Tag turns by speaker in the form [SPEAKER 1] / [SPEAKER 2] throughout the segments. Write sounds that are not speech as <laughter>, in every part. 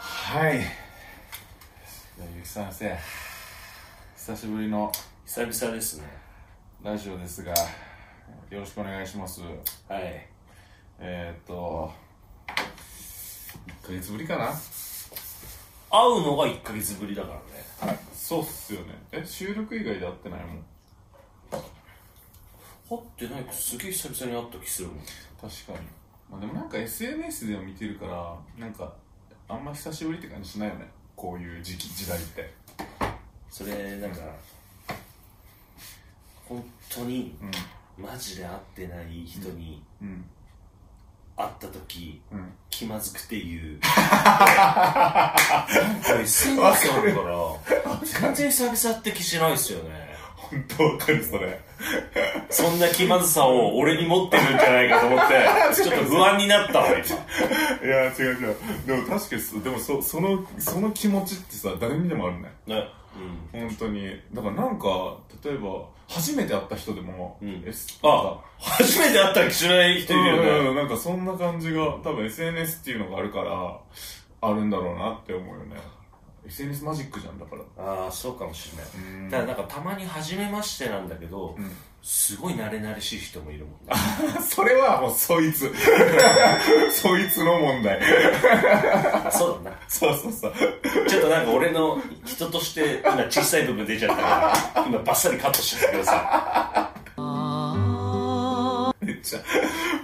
[SPEAKER 1] はいいやゆきさんせ久しぶりの
[SPEAKER 2] 久々ですね
[SPEAKER 1] ラジオですがよろしくお願いします
[SPEAKER 2] はい
[SPEAKER 1] えー、っと1ヶ月ぶりかな
[SPEAKER 2] 会うのが1ヶ月ぶりだからね
[SPEAKER 1] そうっすよねえ収録以外で会ってないもん
[SPEAKER 2] 会ってないかすげえ久々に会った気するもん
[SPEAKER 1] 確かに、まあ、でもなんか SNS では見てるからなんかあんま久しぶりって感じしないよねこういう時期時代って
[SPEAKER 2] それなんか本当にマジで会ってない人に
[SPEAKER 1] うんうん
[SPEAKER 2] 会った時
[SPEAKER 1] うん
[SPEAKER 2] 気まずくて <laughs> 言うなんか SNS あるから全然久々って気しないですよね
[SPEAKER 1] 本当わかるそれ
[SPEAKER 2] そんな気まずさを俺に持ってるんじゃないかと思ってちょっと不安になったわ今
[SPEAKER 1] いや違う違うでも確かにそうでもそそのその気持ちってさ誰にでもあるね
[SPEAKER 2] ね
[SPEAKER 1] 本当にだからなんか例えば初めて会った人でも、
[SPEAKER 2] うん
[SPEAKER 1] S
[SPEAKER 2] うん、あ初めて会った気しない人
[SPEAKER 1] う
[SPEAKER 2] い
[SPEAKER 1] ん
[SPEAKER 2] るよね、
[SPEAKER 1] うんうんなんかそんな感じが多分 SNS っていうのがあるからあるんだろうなって思うよね SNS マジックじゃんだから
[SPEAKER 2] ああそうかもしれない、
[SPEAKER 1] うん
[SPEAKER 2] ただなんかたまに初めましてなんだけど、
[SPEAKER 1] ん
[SPEAKER 2] すごい慣れ慣れしい人もいるもんね
[SPEAKER 1] <laughs> それはもうそい <laughs> つそいつの問題
[SPEAKER 2] そうだな
[SPEAKER 1] そうそうそう
[SPEAKER 2] ちょっとなんか俺の人として今小さい部分出ちゃったから今バッサリカットしてくださ
[SPEAKER 1] めっちゃ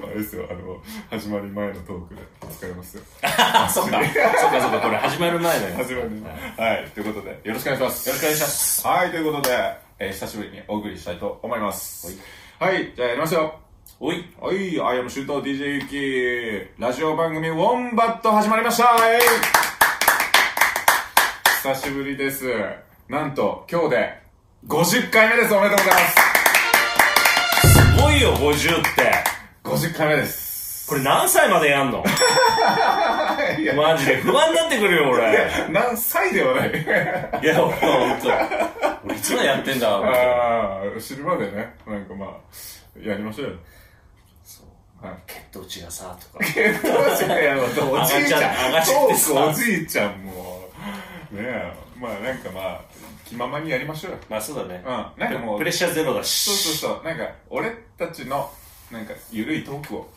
[SPEAKER 1] あれですよあの始まり前のトークで使いますよ
[SPEAKER 2] いあそっかそっかそっかこれ始まる前のやつ
[SPEAKER 1] 始まり前はいということでよろしくお願いします
[SPEAKER 2] よろしくお願いします
[SPEAKER 1] はいということで、えー久しぶりにお送りしたいと思いますはい、じゃあやりましょ
[SPEAKER 2] おいう
[SPEAKER 1] はいアイアムシュート DJ ゆきラジオ番組「ウォンバット」始まりましたえい久しぶりですなんと今日で50回目ですおめでとうござい
[SPEAKER 2] すごいよ50って
[SPEAKER 1] ます50回目です
[SPEAKER 2] これ何歳までやんの
[SPEAKER 1] いや
[SPEAKER 2] マジで不安になってくるよ俺
[SPEAKER 1] 何歳ではない
[SPEAKER 2] <laughs> いや俺本当俺いつまでやってんだって
[SPEAKER 1] ああ知るまでねなんかまあやりましょうよ
[SPEAKER 2] そう
[SPEAKER 1] はい
[SPEAKER 2] 血糖値がさとか
[SPEAKER 1] 当時のやろとおじいちゃん
[SPEAKER 2] 上がっちゃってさ
[SPEAKER 1] トークおじいちゃんもねえまあなんかまあ気ままにやりましょうよ
[SPEAKER 2] まあそうだね
[SPEAKER 1] うんなんかもう
[SPEAKER 2] プレッシャーゼロ
[SPEAKER 1] そ
[SPEAKER 2] だ
[SPEAKER 1] うそう
[SPEAKER 2] し
[SPEAKER 1] そうなんか俺たちのなんかゆるいトークを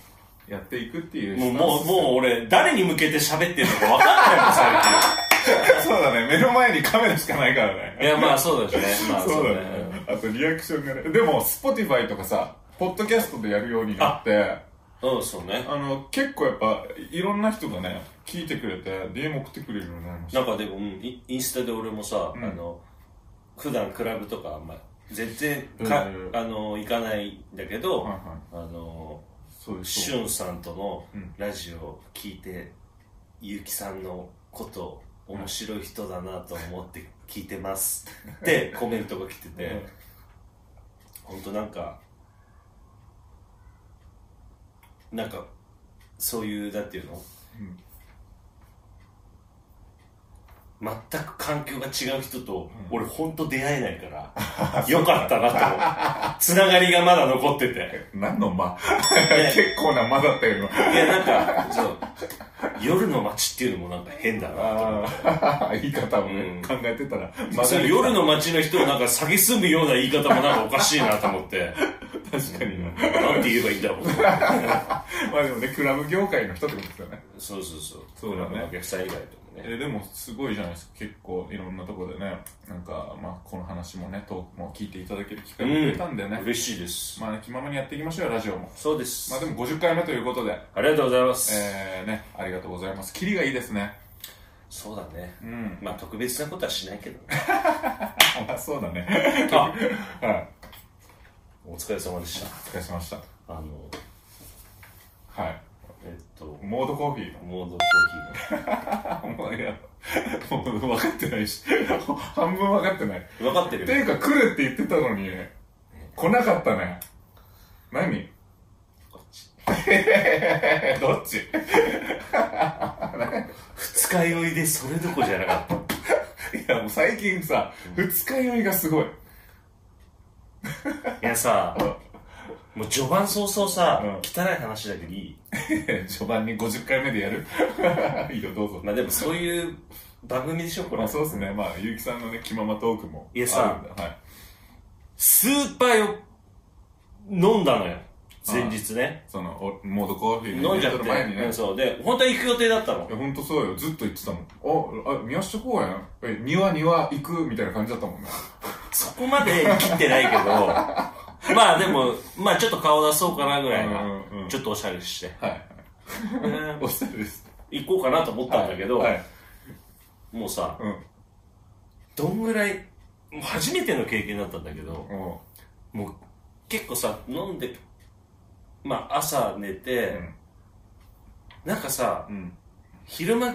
[SPEAKER 1] やっていくっていう
[SPEAKER 2] もうもうもう
[SPEAKER 1] う
[SPEAKER 2] 俺誰に向けて喋ってるのか分かんないもん最近
[SPEAKER 1] そうだね目の前にカメラしか <laughs> ないからね
[SPEAKER 2] いや、まあ <laughs> そうだしね。まあ
[SPEAKER 1] そ
[SPEAKER 2] そうう
[SPEAKER 1] だ
[SPEAKER 2] だ
[SPEAKER 1] ね
[SPEAKER 2] ね。
[SPEAKER 1] あとリアクションがねでも Spotify とかさポッドキャストでやるようになって
[SPEAKER 2] うん、そうね。
[SPEAKER 1] あの結構やっぱいろんな人がね聞いてくれて DM 送ってくれるようになりました
[SPEAKER 2] なんかでも、うんイインスタで俺もさ、
[SPEAKER 1] ん
[SPEAKER 2] あの、普段クラブとかあんま、全然か、
[SPEAKER 1] うん
[SPEAKER 2] あの、行かないんだけど、
[SPEAKER 1] はいはい
[SPEAKER 2] あの、
[SPEAKER 1] そうです
[SPEAKER 2] し
[SPEAKER 1] そう
[SPEAKER 2] ゅんさんとの
[SPEAKER 1] うん
[SPEAKER 2] ラジオを聞いて、ゆうきさんのこと、面白い人だなと思って聞い
[SPEAKER 1] <laughs>
[SPEAKER 2] てますってコメントが来て
[SPEAKER 1] う
[SPEAKER 2] て
[SPEAKER 1] ん、
[SPEAKER 2] ほんとなんか、なんか、そういう、なんていうの
[SPEAKER 1] うん
[SPEAKER 2] 全く環境が違う人と、俺ほんと出会えないから、よかっ
[SPEAKER 1] <laughs>
[SPEAKER 2] たなと。つながりがまだ残ってて。
[SPEAKER 1] 何の間
[SPEAKER 2] ね
[SPEAKER 1] <laughs> 結構な間だったよ
[SPEAKER 2] いや、なんか、そう、夜の街っていうのもなんか変だなと思っ
[SPEAKER 1] 今 <laughs> 言い方も
[SPEAKER 2] う
[SPEAKER 1] ね
[SPEAKER 2] ん
[SPEAKER 1] 考えてたら
[SPEAKER 2] て。その
[SPEAKER 1] 夜
[SPEAKER 2] 夜の街の人をなんか蔑むような言い方もなんかおかしいなと思 <laughs> って、
[SPEAKER 1] <laughs> 確かにな
[SPEAKER 2] なんて言えばいいんだろう。
[SPEAKER 1] まあでもねクラブ業界の人ってことですよね
[SPEAKER 2] そうそうそう。
[SPEAKER 1] そうだね
[SPEAKER 2] お客さん以外ともね。
[SPEAKER 1] えでもすごいじゃないですか結構いろんなところでねなんかまあこの話もねトークも聞いていただける機会も増えたんでね、
[SPEAKER 2] 嬉しいです。
[SPEAKER 1] まあね気ままにやっていきましょうよラジオも
[SPEAKER 2] そうです
[SPEAKER 1] まあ。でも50回目ということで
[SPEAKER 2] ありがとうございます。
[SPEAKER 1] えー、ねありがとうございますキリがいいですね
[SPEAKER 2] そうだね。
[SPEAKER 1] うん
[SPEAKER 2] まあ特別なことはしないけどね。
[SPEAKER 1] あそうだね
[SPEAKER 2] <laughs> あ、
[SPEAKER 1] <laughs> はい
[SPEAKER 2] お疲れ様でした。
[SPEAKER 1] お疲れ様でした
[SPEAKER 2] あの、
[SPEAKER 1] はい
[SPEAKER 2] えっと、
[SPEAKER 1] モードコーヒーの
[SPEAKER 2] モードコーヒー
[SPEAKER 1] もういや、もう分かってないし、半分分かってない。っ
[SPEAKER 2] の。分かって
[SPEAKER 1] て
[SPEAKER 2] る
[SPEAKER 1] い
[SPEAKER 2] よ。
[SPEAKER 1] うか、来るって言ってたのに、来なかったね。何 <laughs>
[SPEAKER 2] こっち
[SPEAKER 1] え、どっち
[SPEAKER 2] 二日酔いでそれどころじゃなかった。
[SPEAKER 1] いや、もう最近さ、二日酔いがすごい。 <laughs>
[SPEAKER 2] いやさ、もう序盤早々さ、
[SPEAKER 1] うん
[SPEAKER 2] 汚い話だけどいい。
[SPEAKER 1] 序盤に50回目でやる <laughs> いいよどうぞ
[SPEAKER 2] まあでもそういう番組でしょ、こ
[SPEAKER 1] ま
[SPEAKER 2] れ
[SPEAKER 1] あ。そうですねまあ結城さんのね気ままトークも
[SPEAKER 2] いやさ
[SPEAKER 1] あるんだはい
[SPEAKER 2] スーパーを飲んだのよ。前日ね。
[SPEAKER 1] そのおモードコーヒー
[SPEAKER 2] 飲んじゃっ
[SPEAKER 1] 入れる前に
[SPEAKER 2] て。う
[SPEAKER 1] ね
[SPEAKER 2] んそう。で、本当は行く予定だったの
[SPEAKER 1] い。や本当そうよずっと言ってたもんああ宮下公園え庭庭行くみたいな感じだったもんね
[SPEAKER 2] そこまで切ってないけど、 <laughs> まあでも、まあちょっと顔出そうかなぐらいな
[SPEAKER 1] うんうんう。ん
[SPEAKER 2] ちょっとおしゃれして。
[SPEAKER 1] はいはい
[SPEAKER 2] うん
[SPEAKER 1] おっしゃるです
[SPEAKER 2] 行こうかなと思ったんだけど
[SPEAKER 1] は、い、
[SPEAKER 2] もうさ、
[SPEAKER 1] う
[SPEAKER 2] どんぐらい、もう初めての経験だったんだけど、
[SPEAKER 1] んも
[SPEAKER 2] もう結構さ、飲んで、まあ朝寝
[SPEAKER 1] う
[SPEAKER 2] て、なんかさ、
[SPEAKER 1] うん
[SPEAKER 2] 昼間、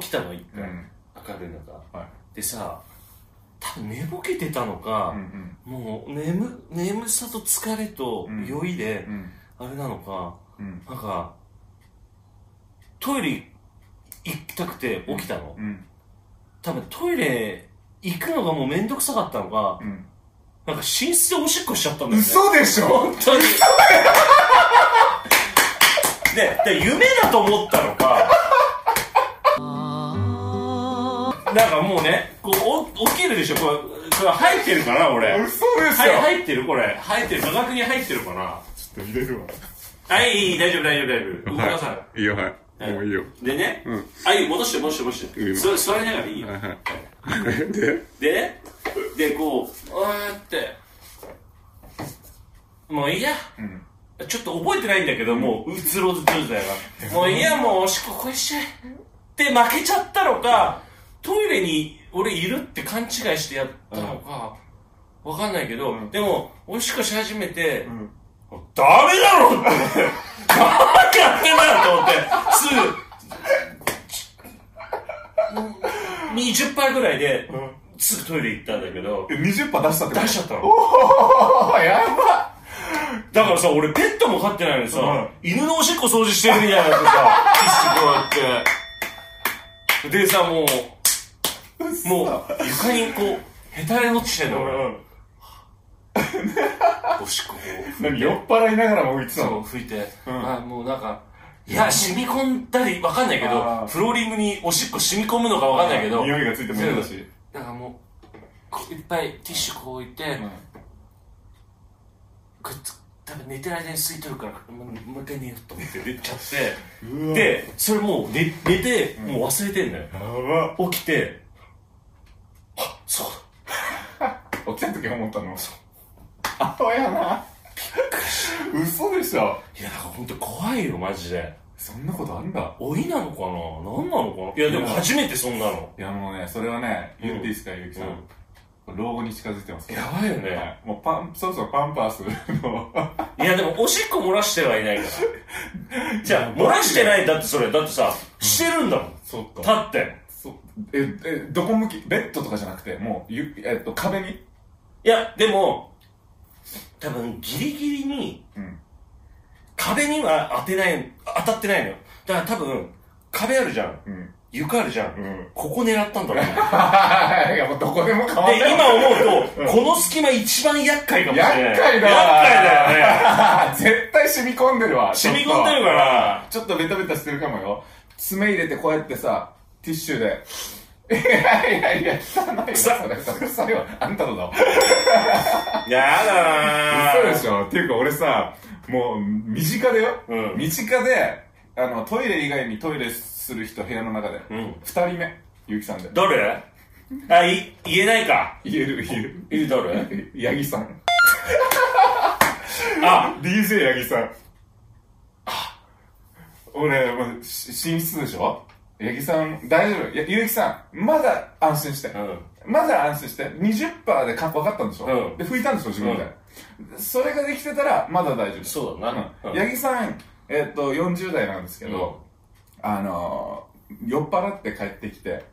[SPEAKER 2] 起きたの一
[SPEAKER 1] うん
[SPEAKER 2] 回、明るい中。
[SPEAKER 1] はい
[SPEAKER 2] でさ、多分寝ぼけてたのか
[SPEAKER 1] う、ん
[SPEAKER 2] もう眠、眠さと疲れと
[SPEAKER 1] うん
[SPEAKER 2] 酔いで
[SPEAKER 1] うんう、ん
[SPEAKER 2] あれなのか、
[SPEAKER 1] うん
[SPEAKER 2] なんか、トイレ行きたくて起きたの。
[SPEAKER 1] うん
[SPEAKER 2] 多分トイレ行くのがもうめんどくさかったのか、
[SPEAKER 1] うん
[SPEAKER 2] なんか寝室でおしっこしちゃったんだよね。
[SPEAKER 1] 嘘でしょ
[SPEAKER 2] 本当に。 <laughs> で、で夢だと思ったのか、なんかもうね、こうお起きるでしょ、これ、これ入ってるかな、俺。
[SPEAKER 1] 嘘
[SPEAKER 2] は
[SPEAKER 1] で
[SPEAKER 2] い、
[SPEAKER 1] しょ、
[SPEAKER 2] 入ってるこれ。入ってる。画角に入ってるかな。
[SPEAKER 1] ちょっと入れるわ
[SPEAKER 2] はい、大丈夫、大丈夫、大丈夫。動かさない。
[SPEAKER 1] いいよはいもういいよ
[SPEAKER 2] でね、
[SPEAKER 1] うん
[SPEAKER 2] あいい戻して戻して戻して、
[SPEAKER 1] うん
[SPEAKER 2] そ座りながらいいよ、
[SPEAKER 1] はいはいで
[SPEAKER 2] でねでこうあーってもういいや
[SPEAKER 1] うん
[SPEAKER 2] ちょっと覚えてないんだけど、もううつろうつ状態がもういいやもうおしっここいしで負けちゃったのかトイレに俺いるって勘違いしてやったのか、わかんないけど、
[SPEAKER 1] ん
[SPEAKER 2] でもおしっこし始めて、
[SPEAKER 1] ん
[SPEAKER 2] ダメだろって思って <laughs> 何やってんだよと思ってすぐ20杯ぐらいで
[SPEAKER 1] ん
[SPEAKER 2] すぐトイレ行ったんだけど
[SPEAKER 1] え20%出したって
[SPEAKER 2] 出しちゃったの
[SPEAKER 1] おーやば
[SPEAKER 2] だからさ、俺ペットも飼ってないのにさ、
[SPEAKER 1] うん
[SPEAKER 2] 犬のおしっこ掃除してるみたいなのさ、ティッシュこうやって。でさ、もう、もう、床にこう、へたれ落ちてんの、俺。おしっこを
[SPEAKER 1] 何酔っ払いながらも言ってた
[SPEAKER 2] こう
[SPEAKER 1] の
[SPEAKER 2] 拭いて、
[SPEAKER 1] ん
[SPEAKER 2] あもうなんか、いや、染み込んだりわかんないけ
[SPEAKER 1] あ
[SPEAKER 2] ど
[SPEAKER 1] ー、
[SPEAKER 2] フローリングにおしっこ染み込むのかわかんないけど、
[SPEAKER 1] 匂いがついても嫌だし
[SPEAKER 2] なんかもう、こういっぱいティッシュこう置いて、くっつ多分寝てる間に吸い取るからもうもう一回寝ようと思って出ちゃ <laughs> って
[SPEAKER 1] うわ
[SPEAKER 2] でそれもう寝寝てもう忘れてんのよ
[SPEAKER 1] やば
[SPEAKER 2] 起きてあそうだ
[SPEAKER 1] 起きた時思ったのあとやな嘘でしょ
[SPEAKER 2] いやなんか本当怖いよマジで
[SPEAKER 1] そんなことあんだ
[SPEAKER 2] 老いなのかな何なのかないやでも初めてそんなの
[SPEAKER 1] いやもうねそれはね言っていいですか、ゆうきさん、老後に近づいてます
[SPEAKER 2] やばいよね、
[SPEAKER 1] はいもうパンそろそろパンパースの
[SPEAKER 2] い、やでもおしっこ漏らしてはいないから <laughs> じゃあ漏らしてないだってそれだってさしてるんだもん
[SPEAKER 1] <laughs> そっ
[SPEAKER 2] 立って
[SPEAKER 1] そうええどこ向きベッドとかじゃなくてもうゆ、えっと、壁に <laughs>
[SPEAKER 2] いやでも多分ギリギリに
[SPEAKER 1] うん
[SPEAKER 2] 壁には当てない、当たってないのよ。だから多分、壁あるじゃん。
[SPEAKER 1] うん
[SPEAKER 2] 床あるじゃん。
[SPEAKER 1] うん
[SPEAKER 2] ここ狙ったんだろうね。
[SPEAKER 1] はいいやもうどこでも変わんな
[SPEAKER 2] で、
[SPEAKER 1] い
[SPEAKER 2] 今思うと、この隙間一番厄介かもしれない。
[SPEAKER 1] 厄介だ
[SPEAKER 2] 厄介だ
[SPEAKER 1] <laughs>
[SPEAKER 2] よね。
[SPEAKER 1] よね絶対染み込んでるわ
[SPEAKER 2] 染み込んでるから。
[SPEAKER 1] ちょっとベタベタしてるかもよ爪入れてこうやってさティッシュで <laughs> いやいやいや汚いよ
[SPEAKER 2] 臭っ
[SPEAKER 1] それそれ臭いわあんたのだわ
[SPEAKER 2] やだ
[SPEAKER 1] そう
[SPEAKER 2] な
[SPEAKER 1] でしょっていうか俺さもう身近でよ、
[SPEAKER 2] うん
[SPEAKER 1] 身近であのトイレ以外にトイレする人部屋の中で、
[SPEAKER 2] う
[SPEAKER 1] 二
[SPEAKER 2] ん
[SPEAKER 1] 2人目ゆきさんで
[SPEAKER 2] どれあ、い、言えないか。
[SPEAKER 1] 言える言える
[SPEAKER 2] え、どれ
[SPEAKER 1] 八木さん
[SPEAKER 2] あ、
[SPEAKER 1] DJ 八木さん俺、まあ、し寝室でしょ八木さん大丈夫やゆうきさんまだ安心して、
[SPEAKER 2] うん。
[SPEAKER 1] まだ安心して20%でか分かったんでしょ、
[SPEAKER 2] うん
[SPEAKER 1] で拭いたんでしょ自分で、それができてたらまだ大丈夫
[SPEAKER 2] そうだな。
[SPEAKER 1] うん
[SPEAKER 2] うん
[SPEAKER 1] 八木さん、えっと40代なんですけど、あのー酔っ払って帰ってきて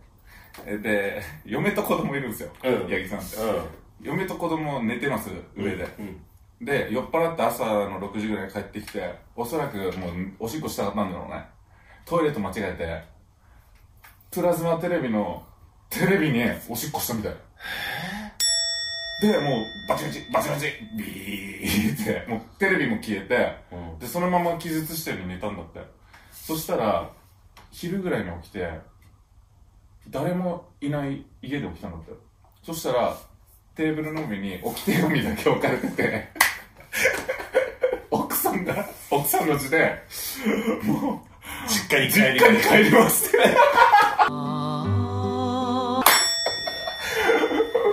[SPEAKER 1] えで嫁と子供いるんですよ、
[SPEAKER 2] うん
[SPEAKER 1] 八木さんって、
[SPEAKER 2] うん。
[SPEAKER 1] 嫁と子供寝てます上で、
[SPEAKER 2] うん。
[SPEAKER 1] で酔っ払って朝の6時ぐらいに帰ってきておそらくもうおしっこしたかったんだろうねトイレと間違えてプラズマテレビのテレビにおしっこしたみたいで、もう、バチバチ、バチバチ、ビーって、もうテレビも消えて、
[SPEAKER 2] うん
[SPEAKER 1] で、そのまま気絶してる寝たんだって。そしたら、昼ぐらいに起きて、誰もいない家で起きたんだって。そしたら、テーブルの上に起き手紙だけ置かれてて、奥さんが、奥さんの字で、も
[SPEAKER 2] 実家に
[SPEAKER 1] う、
[SPEAKER 2] 帰
[SPEAKER 1] 実
[SPEAKER 2] り
[SPEAKER 1] 家
[SPEAKER 2] ま
[SPEAKER 1] に
[SPEAKER 2] し
[SPEAKER 1] 帰りますって。 <laughs>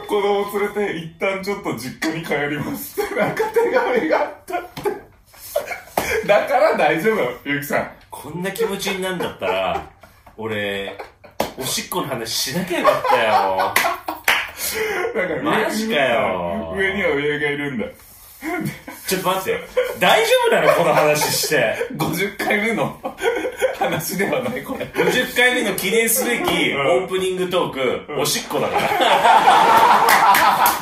[SPEAKER 1] 子供連れて一旦ちょっと実家に帰りますってなんか手紙があったってだから大丈夫ゆうきさん
[SPEAKER 2] こんな気持ちになんだったら、俺、おしっこの話しなきゃよかったよ。
[SPEAKER 1] だから
[SPEAKER 2] マジかよ
[SPEAKER 1] 上には上がいるんだ
[SPEAKER 2] ちょっと待って。大丈夫なのこの話して。
[SPEAKER 1] 50回目の <laughs> 話ではないこれ
[SPEAKER 2] 50回目の記念すべきオ
[SPEAKER 1] ん
[SPEAKER 2] ープニングトーク、おしっこだから。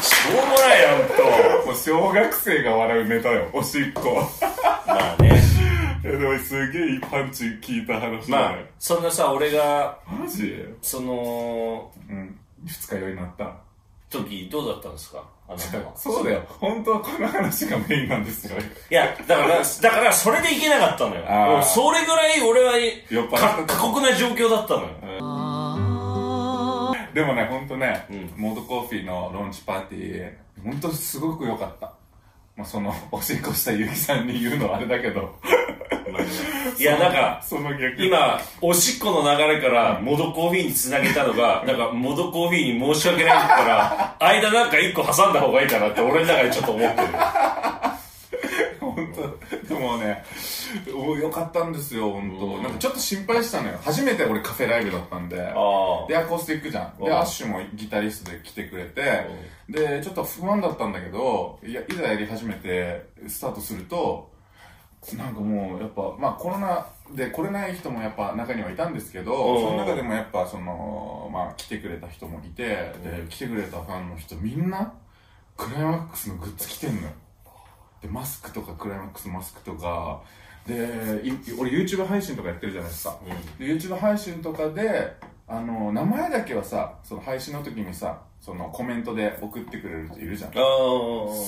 [SPEAKER 2] しょうもないよ、ほんと。
[SPEAKER 1] もう小学生が笑うネタよおしっこ
[SPEAKER 2] まあね。
[SPEAKER 1] いやでもす <laughs> げえいいパンチ聞いた話
[SPEAKER 2] ま
[SPEAKER 1] だ
[SPEAKER 2] あ
[SPEAKER 1] ね、
[SPEAKER 2] そんなさ、俺が、
[SPEAKER 1] マジ
[SPEAKER 2] その、
[SPEAKER 1] うん二日酔いになった
[SPEAKER 2] 時、どうだったんですかあなた
[SPEAKER 1] <laughs>
[SPEAKER 2] は。
[SPEAKER 1] そうだよ本当はこの話がメインなんです
[SPEAKER 2] <laughs>
[SPEAKER 1] よ
[SPEAKER 2] いや、だから、だから、それでいけなかったのよ。
[SPEAKER 1] あー
[SPEAKER 2] もうそれぐらい俺
[SPEAKER 1] 酔っ
[SPEAKER 2] は、
[SPEAKER 1] 払
[SPEAKER 2] か
[SPEAKER 1] った
[SPEAKER 2] 過酷な状況だったの
[SPEAKER 1] <laughs>
[SPEAKER 2] よ。
[SPEAKER 1] でもね、ほんとね、
[SPEAKER 2] うん
[SPEAKER 1] モードコーヒーのローンチパーティー、ほんとすごく良かった。まあ、その、おしっこしたゆきさんに言うのはあれだけど。
[SPEAKER 2] いや、なんか、
[SPEAKER 1] その逆に。
[SPEAKER 2] 今、おしっこの流れから、モドコーヒーにつなげたのが、なんか、モドコーヒーに申し訳ないから、間なんか一個挟んだ方がいいかなって、俺の中でちょっと思ってる。
[SPEAKER 1] ほんと、でもね、お良かったんですよ、ほんと。なんかちょっと心配したのよ。初めて俺カフェライブだったんで。
[SPEAKER 2] あ
[SPEAKER 1] で、アコースティックじゃん。で、
[SPEAKER 2] うん
[SPEAKER 1] アッシュもギタリストで来てくれて、で、ちょっと不安だったんだけど、いや、いざやり始めて、スタートすると、なんかもう、やっぱ、まあコロナで来れない人もやっぱ中にはいたんですけ
[SPEAKER 2] う
[SPEAKER 1] ど、
[SPEAKER 2] ん
[SPEAKER 1] その中でもやっぱその、まあ来てくれた人もいて、
[SPEAKER 2] う
[SPEAKER 1] で、来てくれたファンの人みんな、クライマックスのグッズ着てんのよ。で、マスクとかクライマックスマスクとか、で、い俺 YouTube 配信とかやってるじゃないですか。で YouTube 配信とかであの名前だけはさその配信の時にさそのコメントで送ってくれる人いるじゃん
[SPEAKER 2] あー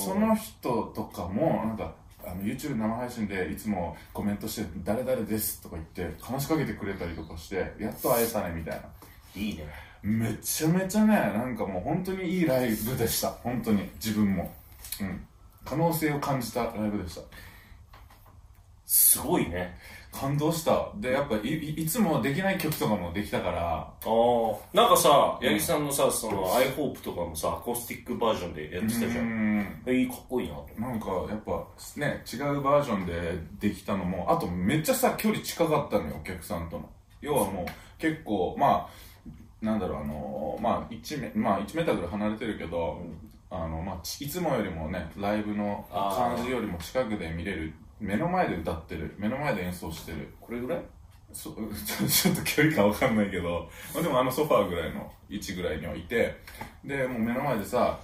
[SPEAKER 1] その人とかもなんかあの YouTube 生配信でいつもコメントして「誰々です」とか言って話しかけてくれたりとかしてやっと会えたねみたいない
[SPEAKER 2] いね。
[SPEAKER 1] めちゃめちゃねなんかもう本当にいいライブでした本当に自分もうん可能性を感じたライブでした
[SPEAKER 2] すごいね。
[SPEAKER 1] 感動したでやっぱいいいつもできない曲とかもできたから
[SPEAKER 2] ああ。なんかさ、八木さんのさ、その、iHope とかもさ、アコースティックバージョンでやってたじゃん。
[SPEAKER 1] ん
[SPEAKER 2] いい、かっこいいなと思って。
[SPEAKER 1] なんかやっぱね違うバージョンでできたのもあとめっちゃさ距離近かったのよお客さんとの要はもう結構まあなんだろうあのまあ1メ,、まあ、1メーターぐらい離れてるけど、あのまあ、ちいつもよりもねライブの
[SPEAKER 2] あー
[SPEAKER 1] 感じよりも近くで見れる目の前で歌ってる目の前で演奏してる
[SPEAKER 2] これぐらい
[SPEAKER 1] そ <laughs> ちょちょっと距離感わかんないけど、まあ、でもあのソファーぐらいの位置ぐらいにはいてでもう目の前でさ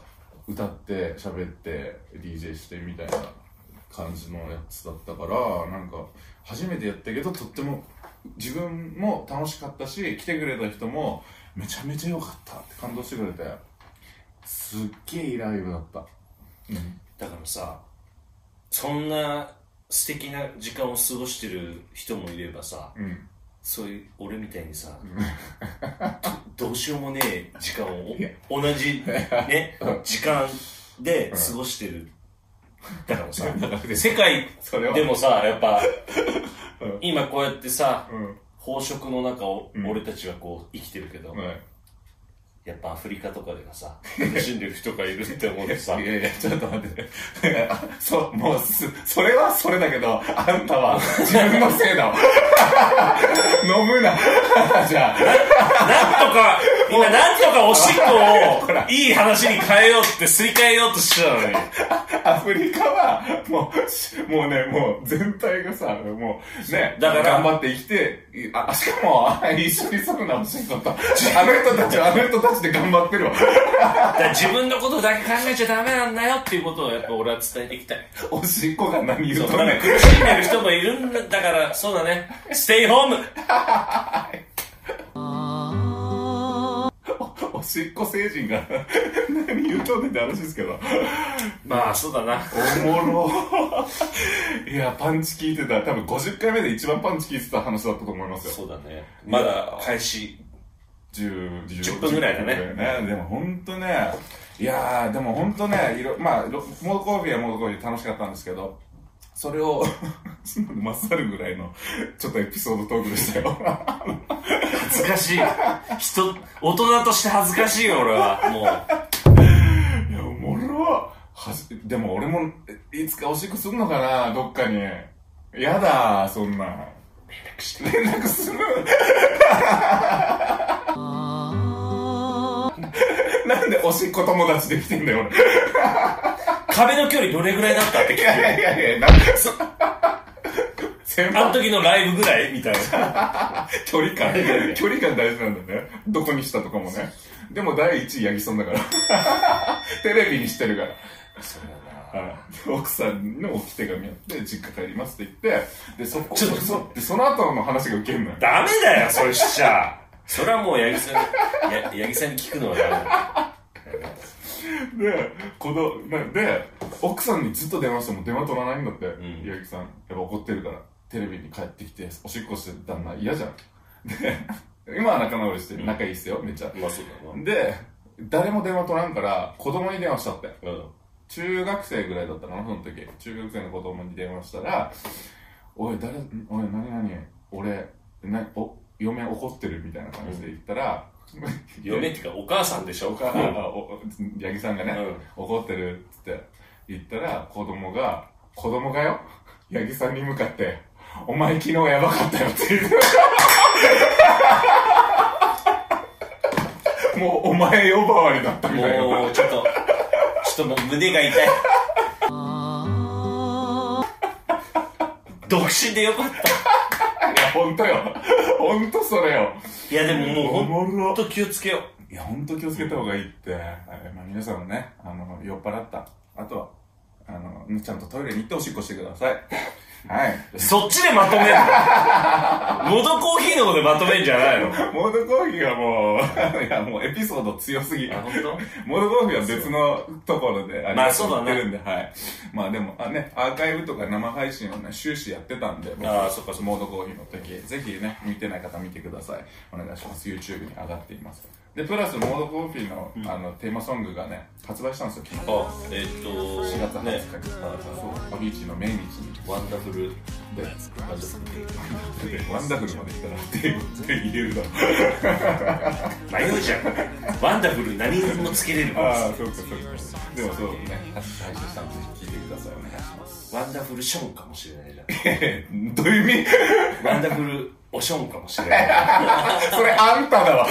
[SPEAKER 1] 歌って喋って DJ してみたいな感じのやつだったからなんか初めてやったけどとっても自分も楽しかったし来てくれた人もめちゃめちゃ良かったって感動してくれてすっげえいいライブだった、うん、
[SPEAKER 2] だからさそんな素敵な時間を過ごしてる人もいればさ、
[SPEAKER 1] ん
[SPEAKER 2] そういう俺みたいにさ、どど <laughs> うしようもねえ時間をお同じ、
[SPEAKER 1] <laughs>
[SPEAKER 2] ね、時間で過ごしてる、だから
[SPEAKER 1] <laughs>
[SPEAKER 2] さ世界
[SPEAKER 1] それは
[SPEAKER 2] でもさやっぱ、
[SPEAKER 1] うん
[SPEAKER 2] 今こうやってさ、
[SPEAKER 1] うん
[SPEAKER 2] 飽食の中を、
[SPEAKER 1] ん
[SPEAKER 2] 俺たちはこう生きてるけど、
[SPEAKER 1] はい
[SPEAKER 2] やっぱアフリカとかでは
[SPEAKER 1] <laughs>
[SPEAKER 2] さ苦しんでる人がいるって思うとさ
[SPEAKER 1] いやいや、ちょっと待って。あそう、もうす、それはそれだけど、あんたは自分のせいだわ。飲むな。じゃ
[SPEAKER 2] なんと <laughs> か、今なんとかおしっこを、いい話に変えようって、すり替えようとしてたの <laughs> に。
[SPEAKER 1] あ、アフリカは、もうし、もうね、もう全体がさ、もう、ね、
[SPEAKER 2] だから
[SPEAKER 1] 頑張って生きて、いあ、しかも、あ一緒にするな、おしっこと。あの人たちは、あの人たちで頑張ってるわ。
[SPEAKER 2] だから自分のことだけ考えちゃダメなんだよっていうことをやっぱ俺は伝えていきたい。
[SPEAKER 1] おしっこが何言
[SPEAKER 2] そうう、
[SPEAKER 1] と
[SPEAKER 2] だか
[SPEAKER 1] んね
[SPEAKER 2] ら
[SPEAKER 1] ん。
[SPEAKER 2] 苦しんでる人もいるんだだから、そうだね。ステイホーム
[SPEAKER 1] おししっこ星人が <laughs> 何言うとんねんって話ですけど
[SPEAKER 2] まあ、そうだな。
[SPEAKER 1] おもろいやパンチ聞いてた多分50回目で一番パンチ聞いてた話だったと思いますよ
[SPEAKER 2] そうだね。まだ開始。
[SPEAKER 1] 10,
[SPEAKER 2] 10分ぐらいだね
[SPEAKER 1] でも本当ねいやーでも本当ねいろまあロモードコーフィーはモードコーフィーで楽しかったんですけどそれを <laughs> 勝るぐらいのちょっとエピソードトークでしたよ
[SPEAKER 2] 恥ずかしい。人、大人として恥ずかしいよ、俺は。もう。
[SPEAKER 1] いやおもろはじでも俺もえいつかおしっこすんのかなどっかにやだそんな連絡する <laughs> なんでおしっこ友達できてんだよ俺
[SPEAKER 2] 壁の距離どれぐらいだったって聞
[SPEAKER 1] いやい
[SPEAKER 2] く。
[SPEAKER 1] やいやいや、なんかそ、 <laughs> 先
[SPEAKER 2] あの
[SPEAKER 1] 輩
[SPEAKER 2] 時のライブぐらいみたいな。
[SPEAKER 1] 距離感、距離感大事なんだね。どこにしたとかもね。でも第一位、八木さんだから。テレビにしてるから。はいで奥さんの置き手紙あって、実家帰りますって言って、で、そこ、
[SPEAKER 2] ちょっと
[SPEAKER 1] そでその後の話が受けんのよ。
[SPEAKER 2] ダメだよ、それしちゃ。それはもう、八木さんに、や八木さんに聞くのはダメだ。
[SPEAKER 1] で、この、なで、奥さんにずっと電話しても電話取らないんだって、八木さん。やっぱ怒ってるから、テレビに帰ってきて、おしっこしてる旦那嫌じゃん。で、今は仲直りしてる、仲いいっすよ、めっちゃ。
[SPEAKER 2] まあ、そうだ
[SPEAKER 1] で、誰も電話取らんから、子供に電話したって。
[SPEAKER 2] な。うん。
[SPEAKER 1] 中学生ぐらいだったかな、その時。中学生の子供に電話したら、おい、誰、んおい、何々、俺、な、お、嫁怒ってるみたいな感じで言ったら、
[SPEAKER 2] 嫁っていうか、お母さんでしょ
[SPEAKER 1] お母さん、あお八木さんがね、
[SPEAKER 2] うん
[SPEAKER 1] 怒ってるっつって言ったら、子供が、子供がよ、八木さんに向かって、お前昨日やばかったよって言
[SPEAKER 2] <laughs>
[SPEAKER 1] う。もうお前呼ばわりだったみたいな。
[SPEAKER 2] もう、ちょっと、ちょっともう胸が痛い。独身でよかった。
[SPEAKER 1] いや、ほんとよ。ほんとそれよ。
[SPEAKER 2] いや、でももう、
[SPEAKER 1] おも
[SPEAKER 2] ほ
[SPEAKER 1] ろ
[SPEAKER 2] んと気をつけよう。
[SPEAKER 1] いや、ほんと気をつけた方がいいって。はいまあ、皆さんもね、あの、酔っ払った。あとは、あの、ちゃんとトイレに行っておしっこしてください。はい。
[SPEAKER 2] そっちでまとめるのモドコーヒーの方でまとめんじゃないの
[SPEAKER 1] モードコーヒーはもう、い <laughs> や、もうエピソード強すぎ。
[SPEAKER 2] あ、本当？
[SPEAKER 1] モードコーヒーは別のところで、あ
[SPEAKER 2] まあそうだね
[SPEAKER 1] やってるんで、はい。まあでも、あね、アーカイブとか生配信をね、終始やってたんで、僕
[SPEAKER 2] あーそっかそっか
[SPEAKER 1] モードコーヒーの時、ぜひね、見てない方見てください。お願いします。YouTube に上がっています。で、プラス、モードコーヒーの、あの、テーマソングがね、発売したんですよ、昨日。
[SPEAKER 2] あ、えっ、と、
[SPEAKER 1] 4月20日に、
[SPEAKER 2] ね、
[SPEAKER 1] そう、アビーチの命日に。
[SPEAKER 2] ワンダフル、
[SPEAKER 1] で、
[SPEAKER 2] ワンダフル。
[SPEAKER 1] ワンダフルまで来たらって言って言えるだろう。
[SPEAKER 2] 迷うじゃん。ワンダフル何にもつけれるから
[SPEAKER 1] ああ、そうか、そうか。でもそうね、初配信したんで、聞いてください。お願いします。
[SPEAKER 2] ワンダフルションかもしれないじゃ
[SPEAKER 1] ええ、どういう意味
[SPEAKER 2] ん。ワンダフルおションかもしれない。
[SPEAKER 1] それあんただわ。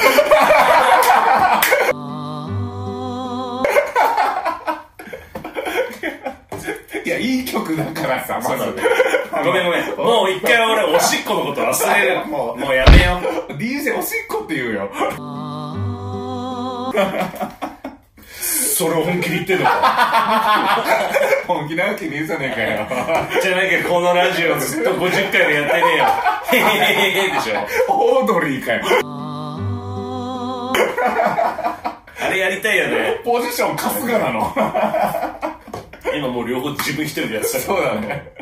[SPEAKER 1] いや、いい曲だからさ、
[SPEAKER 2] そ
[SPEAKER 1] ま
[SPEAKER 2] うだ
[SPEAKER 1] ず
[SPEAKER 2] ね。。ごめんごめん。もう一回俺、おしっこのこと忘れる。も
[SPEAKER 1] も
[SPEAKER 2] う
[SPEAKER 1] う
[SPEAKER 2] やめよう。
[SPEAKER 1] DJ おしっこって言うよ。
[SPEAKER 2] それを本気に言ってんのか。
[SPEAKER 1] 本気なわけねえじゃねえかよ。
[SPEAKER 2] じゃなきゃこのラジオずっと50回でやってねえよ。へへへへへでしょ。
[SPEAKER 1] オードリーかよ。
[SPEAKER 2] あれやりたいよね。
[SPEAKER 1] ポジション春日なの。
[SPEAKER 2] 今もう両方自分一人でやってたから。
[SPEAKER 1] そうだね。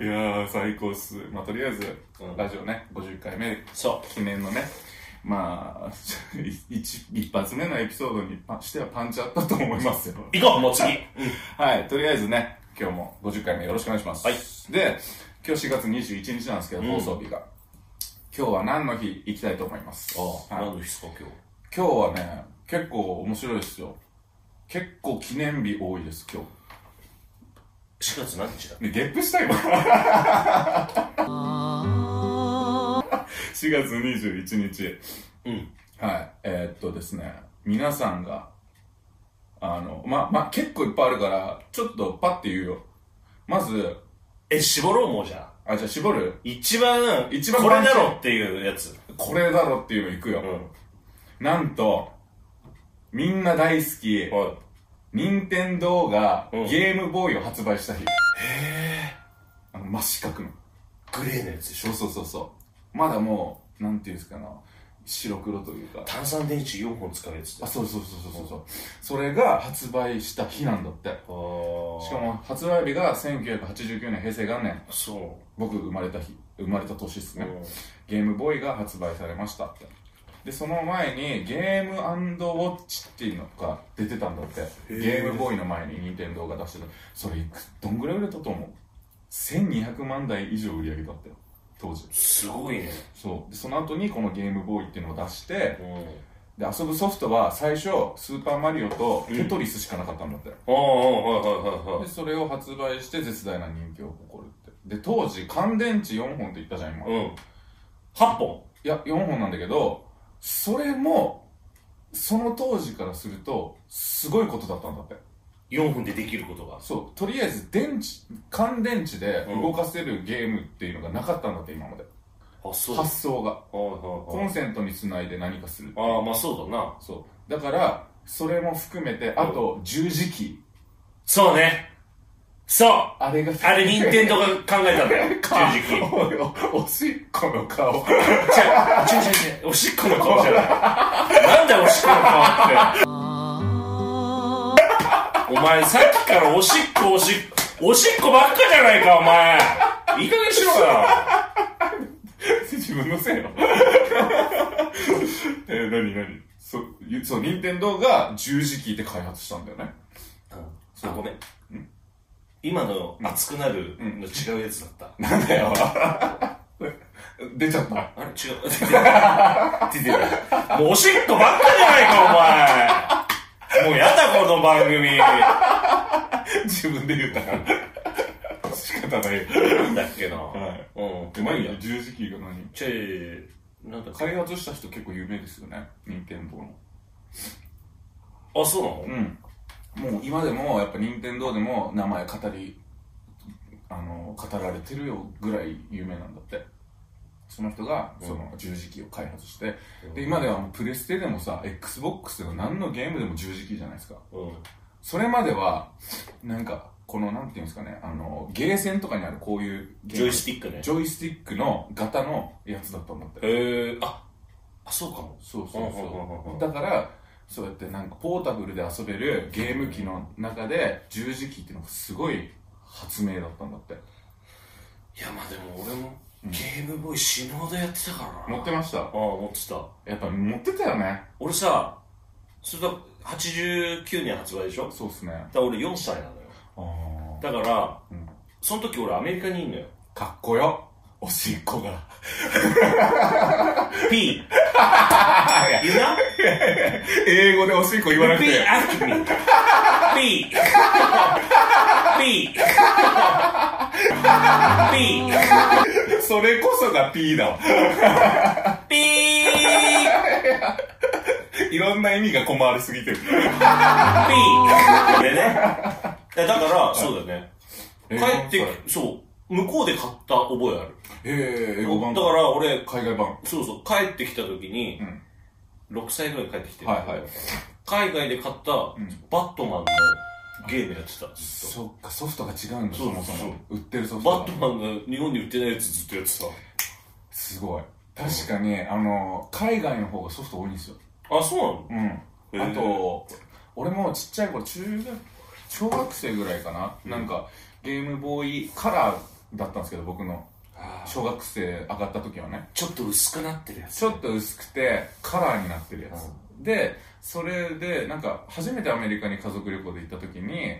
[SPEAKER 1] いやー、最高っす。まあ、とりあえず、
[SPEAKER 2] うん
[SPEAKER 1] ラジオね、50回目
[SPEAKER 2] そ
[SPEAKER 1] 記念のね、まあ、 <laughs> 一一発目のエピソードにパしてはパンチあったと思いますよ。
[SPEAKER 2] う。行こう、もう次。
[SPEAKER 1] はい、とりあえずね、今日も50回目よろしくお願いします。
[SPEAKER 2] はい
[SPEAKER 1] で、今日4月21日なんですけど、放送日が。今日は何の日行きたいと思います。はい
[SPEAKER 2] 何の日ですか、今日。
[SPEAKER 1] 今日はね、結構面白いですよ。結構記念日多いです、今日。
[SPEAKER 2] 4月何日だ
[SPEAKER 1] ねゲップした今4月21日
[SPEAKER 2] うん。
[SPEAKER 1] はいえーっとですね皆さんがあのまま結構いっぱいあるからちょっとパッて言うよまず
[SPEAKER 2] え、絞ろう、もうじゃあ。
[SPEAKER 1] あじゃあ絞る
[SPEAKER 2] 一番、
[SPEAKER 1] 一番
[SPEAKER 2] これだろっていうやつ。
[SPEAKER 1] これだろっていうのいくよ、なんとみんな大好き
[SPEAKER 2] は
[SPEAKER 1] 任天堂が
[SPEAKER 2] うん
[SPEAKER 1] ゲームボーイを発売した日、へえあの真四角の
[SPEAKER 2] い。グレーのやつでしょ。
[SPEAKER 1] そうそうそうそうまだもうなんていうんですかな白黒というか
[SPEAKER 2] 炭酸電池4本使うやつだ
[SPEAKER 1] あそうそうそうそうそうそうそれが発売した日なんだって
[SPEAKER 2] あ
[SPEAKER 1] しかも発売日が1989年平成元年
[SPEAKER 2] そ
[SPEAKER 1] 僕生まれた日生まれた年です
[SPEAKER 2] う、う
[SPEAKER 1] ね、
[SPEAKER 2] ん
[SPEAKER 1] ゲームボーイが発売されましたってでその前にゲームウォッチっていうのが出てたんだってゲ
[SPEAKER 2] ー
[SPEAKER 1] ームボーイの前に任天堂が出してたそれいくどんぐらい売れたと思う1200万台以上売り上げたって当時
[SPEAKER 2] すごいね、
[SPEAKER 1] そうでその後にこのゲームボーイっていうのを出して
[SPEAKER 2] うん、
[SPEAKER 1] で遊ぶソフトは最初スーパーマリオとテトリスしかなかったんだって、
[SPEAKER 2] ああはいはいはいは
[SPEAKER 1] でそれを発売して絶大な人気を誇るってで当時乾電池4本って言ったじゃん今、
[SPEAKER 2] いうん8本
[SPEAKER 1] いや、4本なんだけど、それも、その当時からすると、すごいことだったんだって。
[SPEAKER 2] 4分でできることが
[SPEAKER 1] そう、とりあえず電池、乾電池で
[SPEAKER 2] うん
[SPEAKER 1] 動かせるゲームっていうのがなかったんだって、今まで。
[SPEAKER 2] あそうはい
[SPEAKER 1] 発想が。コ
[SPEAKER 2] はい
[SPEAKER 1] ンセントにつないで何かするっていう
[SPEAKER 2] はいああまあそうだな
[SPEAKER 1] そう。だから、それも含めて、あと、十字キー。
[SPEAKER 2] そうねそう
[SPEAKER 1] あれが、
[SPEAKER 2] あれ任天堂が考えたんだ <laughs> よ
[SPEAKER 1] か
[SPEAKER 2] 十字キー
[SPEAKER 1] <laughs> おいおおしっこの顔。 <laughs>
[SPEAKER 2] 違う違う違うおしっこの顔じゃないなんだよおしっこの顔ってお前さっきからおしっこおしっおしっこばっかじゃないかお前いい加減にしろよ
[SPEAKER 1] 自分のせいよ。 <laughs> えー、なになにそう、ゆそう、任天堂が十字キーで開発したんだよね。
[SPEAKER 2] あごめん今の熱くなるの違うやつだった、
[SPEAKER 1] なんだよ。 <laughs> 出ちゃった。
[SPEAKER 2] あれ違う <laughs> 出てない出てないもうおしっこばっかじゃないかお前もうやだこの番組 <laughs> な
[SPEAKER 1] 自分で言ったから。仕方ないよ。
[SPEAKER 2] んだっけな、
[SPEAKER 1] はい。
[SPEAKER 2] う
[SPEAKER 1] で、
[SPEAKER 2] ん
[SPEAKER 1] まあいい
[SPEAKER 2] や
[SPEAKER 1] や、十字キーが何
[SPEAKER 2] ちょいなんだっけ
[SPEAKER 1] 開発した人結構有名ですよね。任天堂の。
[SPEAKER 2] あそうなの
[SPEAKER 1] うん。もう今でも、やっぱ任天堂でも名前語り、あの、語られてるよぐらい有名なんだって。その人が、その十字キーを開発して、で、今ではもうプレステでもさ、Xbox でも何のゲームでも十字キーじゃないですか。
[SPEAKER 2] うん
[SPEAKER 1] それまでは、なんか、この、なんていうんですかね、あの、ゲーセンとかにあるこういうゲー
[SPEAKER 2] ジョ
[SPEAKER 1] ム
[SPEAKER 2] イスティックね
[SPEAKER 1] ジョイスティックの型のやつだったんだって。
[SPEAKER 2] へえああそうかも
[SPEAKER 1] そうそう
[SPEAKER 2] ほうほうほう
[SPEAKER 1] そう。
[SPEAKER 2] ほう
[SPEAKER 1] だから、そうやってなんかポータブルで遊べるゲーム機の中で十字キーっていうのがすごい発明だったんだって。
[SPEAKER 2] いやまあでも俺もゲームボーイ死ぬほどやってたからな
[SPEAKER 1] 持ってました
[SPEAKER 2] ああ持ってた
[SPEAKER 1] やっぱ持ってたよね。
[SPEAKER 2] 俺さそれだ89年発売でしょだか
[SPEAKER 1] そうっすね。
[SPEAKER 2] ら俺4歳なのよ
[SPEAKER 1] あー
[SPEAKER 2] だから、
[SPEAKER 1] うん
[SPEAKER 2] その時俺アメリカにいんのよ
[SPEAKER 1] かっこよ。おしっこが。
[SPEAKER 2] P 言うな
[SPEAKER 1] 英語でおしっこ言わなく
[SPEAKER 2] P
[SPEAKER 1] て。
[SPEAKER 2] アキミ P P P
[SPEAKER 1] それこそが P だわ。
[SPEAKER 2] <laughs> P
[SPEAKER 1] いろんな意味が小回りすぎてる。
[SPEAKER 2] で
[SPEAKER 1] <laughs>
[SPEAKER 2] ね。いやだから、そうだよね。帰って
[SPEAKER 1] え
[SPEAKER 2] き、そう、向こうで買った覚えある。
[SPEAKER 1] えー、英語版
[SPEAKER 2] だから俺、
[SPEAKER 1] 海外版。
[SPEAKER 2] そうそう、帰ってきた時に
[SPEAKER 1] うん、
[SPEAKER 2] 6歳ぐらい帰ってきてる
[SPEAKER 1] はいはい。
[SPEAKER 2] 海外で買った
[SPEAKER 1] ん
[SPEAKER 2] バットマンのゲームやってた、ずっと。
[SPEAKER 1] そっか、ソフトが違うんだ、そ
[SPEAKER 2] そう
[SPEAKER 1] もそ
[SPEAKER 2] そう
[SPEAKER 1] も。売ってるソフトが
[SPEAKER 2] バットマンが日本に売ってないやつずっとやって
[SPEAKER 1] すごい。確かに、あの、海外の方がソフト多いんですよ。
[SPEAKER 2] た。あ、そうなの
[SPEAKER 1] うん。
[SPEAKER 2] へー
[SPEAKER 1] あと、俺もちっちゃい頃、中学、小学生ぐらいかな、なんか、ゲームボーイカラーだったんですけど、僕の。小学生上がった時はね。
[SPEAKER 2] ちょっと薄くなってるやつ。
[SPEAKER 1] ちょっと薄くてカラーになってるやつ、でそれでなんか初めてアメリカに家族旅行で行った時に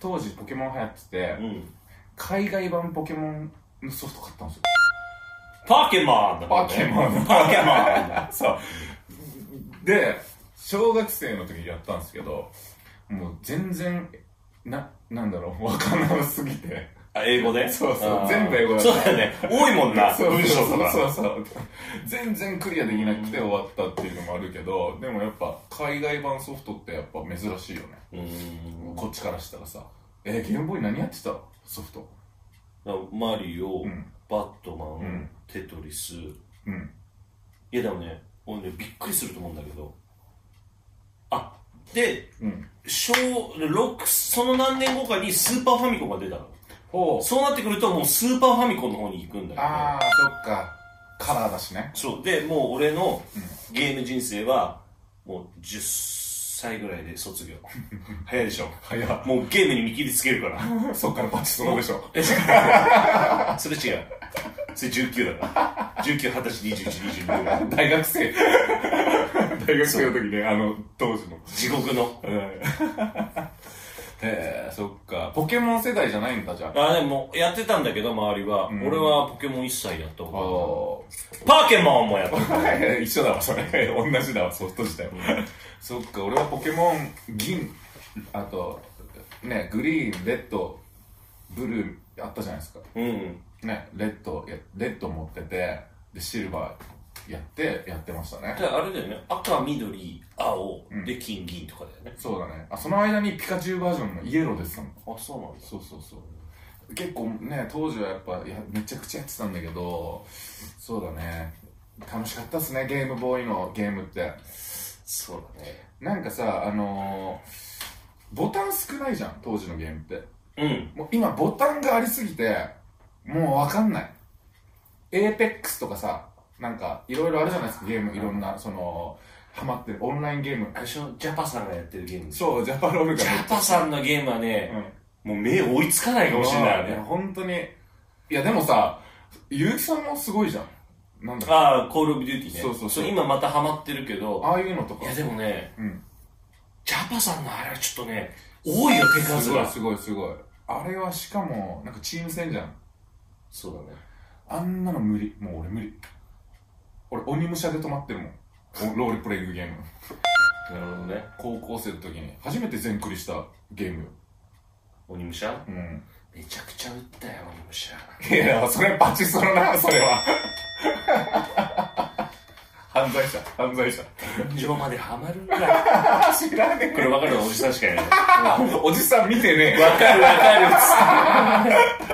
[SPEAKER 1] 当時ポケモン流行ってて、
[SPEAKER 2] うん。
[SPEAKER 1] 海外版ポケモンのソフト買ったんですよ
[SPEAKER 2] パケマンだから
[SPEAKER 1] ポ
[SPEAKER 2] ね
[SPEAKER 1] ケモン
[SPEAKER 2] パケマン。
[SPEAKER 1] そうで小学生の時にやったんですけどもう全然ななんだろうわかんなすぎて
[SPEAKER 2] あ、英語で
[SPEAKER 1] そうそう
[SPEAKER 2] あー
[SPEAKER 1] 全部英語だ
[SPEAKER 2] そうだよね。多いもんな、
[SPEAKER 1] そう
[SPEAKER 2] 文章とか。
[SPEAKER 1] そうそうそう全然クリアできなくて終わったっていうのもあるけどでもやっぱ海外版ソフトってやっぱ珍しいよね、
[SPEAKER 2] うーん
[SPEAKER 1] こっちからしたらさえー、ゲームボーイ何やってたソフト
[SPEAKER 2] だからマリオ、
[SPEAKER 1] うん
[SPEAKER 2] バットマン、
[SPEAKER 1] ん
[SPEAKER 2] テトリスい
[SPEAKER 1] うん
[SPEAKER 2] やでもね俺ねびっくりすると思うんだけどあで
[SPEAKER 1] うん
[SPEAKER 2] 小6その何年後かにスーパーファミコンが出たの
[SPEAKER 1] ほう
[SPEAKER 2] そうなってくるともうスーパーファミコンの方に行くんだけど
[SPEAKER 1] ああそっかカラーだしね <laughs>
[SPEAKER 2] そうでもう俺のゲーム人生は、もう10歳ぐらいで卒
[SPEAKER 1] <laughs>
[SPEAKER 2] 業。早いでしょ。
[SPEAKER 1] 早っ
[SPEAKER 2] もうゲームに見切りつけるから。
[SPEAKER 1] そっからパチスロでしょ。
[SPEAKER 2] えそれ違う。それ19だから。19、20歳、21、22。
[SPEAKER 1] 大学生。 <laughs> 大学生の時ね、あの、当時の。
[SPEAKER 2] 地獄の。
[SPEAKER 1] <laughs> へえ、そっか。ポケモン世代じゃないんだ、じゃあ。
[SPEAKER 2] あ、でも、やってたんだけど、周りは。
[SPEAKER 1] ん
[SPEAKER 2] 俺はポケモン一切やったこ
[SPEAKER 1] お
[SPEAKER 2] とない。パケモンもやった。
[SPEAKER 1] ー <laughs> 一緒だわ、それ。同じだわ、ソフト自体も。そっか、俺はポケモン銀、あと、ね、グリーン、レッド、ブルー、あったじゃないですか。
[SPEAKER 2] うん。
[SPEAKER 1] ね、レッドや、レッド持ってて、で、シルバーやって、やってましたね
[SPEAKER 2] で。あれだよね。赤、緑、青
[SPEAKER 1] う、ん
[SPEAKER 2] で、金、銀とかだよね。
[SPEAKER 1] そうだね。あ、その間にピカチュウバージョンのイエロー出てたもん。
[SPEAKER 2] あ、そうなんだ。
[SPEAKER 1] そうそうそう結構ね当時はやっぱいやめちゃくちゃやってたんだけどそうだね楽しかったっすねゲームボーイのゲームって
[SPEAKER 2] そうだね。
[SPEAKER 1] なんかさあのー、ボタン少ないじゃん当時のゲームって
[SPEAKER 2] うん。
[SPEAKER 1] もう今ボタンがありすぎてもうわかんないエーペックスとかさなんかいろいろあるじゃないですかゲームいろんなそのハマってるオンラインゲーム
[SPEAKER 2] あれでしょジャパさんがやってるゲームでしょ
[SPEAKER 1] そうジャパロール
[SPEAKER 2] ジ
[SPEAKER 1] が
[SPEAKER 2] ャパさんのゲームはね、
[SPEAKER 1] うん
[SPEAKER 2] もう目追いつかないかもしれないよ
[SPEAKER 1] や
[SPEAKER 2] ね。
[SPEAKER 1] 本当に。いや、でもさ、ゆうきさんもすごいじゃん。なんだっけ
[SPEAKER 2] ああ、コールオブデューティーね。
[SPEAKER 1] そうそうそう
[SPEAKER 2] 今またハマってるけど、
[SPEAKER 1] ああいうのとか
[SPEAKER 2] いや。でもね、
[SPEAKER 1] うん。
[SPEAKER 2] ジャパさんのあれはちょっとね、多いよ、手
[SPEAKER 1] す
[SPEAKER 2] 数
[SPEAKER 1] ごい
[SPEAKER 2] が。
[SPEAKER 1] すごいすごい。あれはしかも、なんかチーム戦じゃん。
[SPEAKER 2] そうだね。
[SPEAKER 1] あんなの無理。もう俺無理。俺鬼武者で止まってるもん。おロールプレイングゲーム。
[SPEAKER 2] なるほどね。
[SPEAKER 1] 高校生の時に初めて全クリしたゲームよ。
[SPEAKER 2] 鬼武者
[SPEAKER 1] うん。
[SPEAKER 2] めちゃくちゃ打ったよ、鬼武者。
[SPEAKER 1] いや、それパチスロな、それは。犯罪者、犯罪者。
[SPEAKER 2] 天井までハマるんだ。
[SPEAKER 1] 知らね
[SPEAKER 2] これ分かるのおじさんしかいない。
[SPEAKER 1] え。おじさん見てねえ。
[SPEAKER 2] 分かる分かるっつって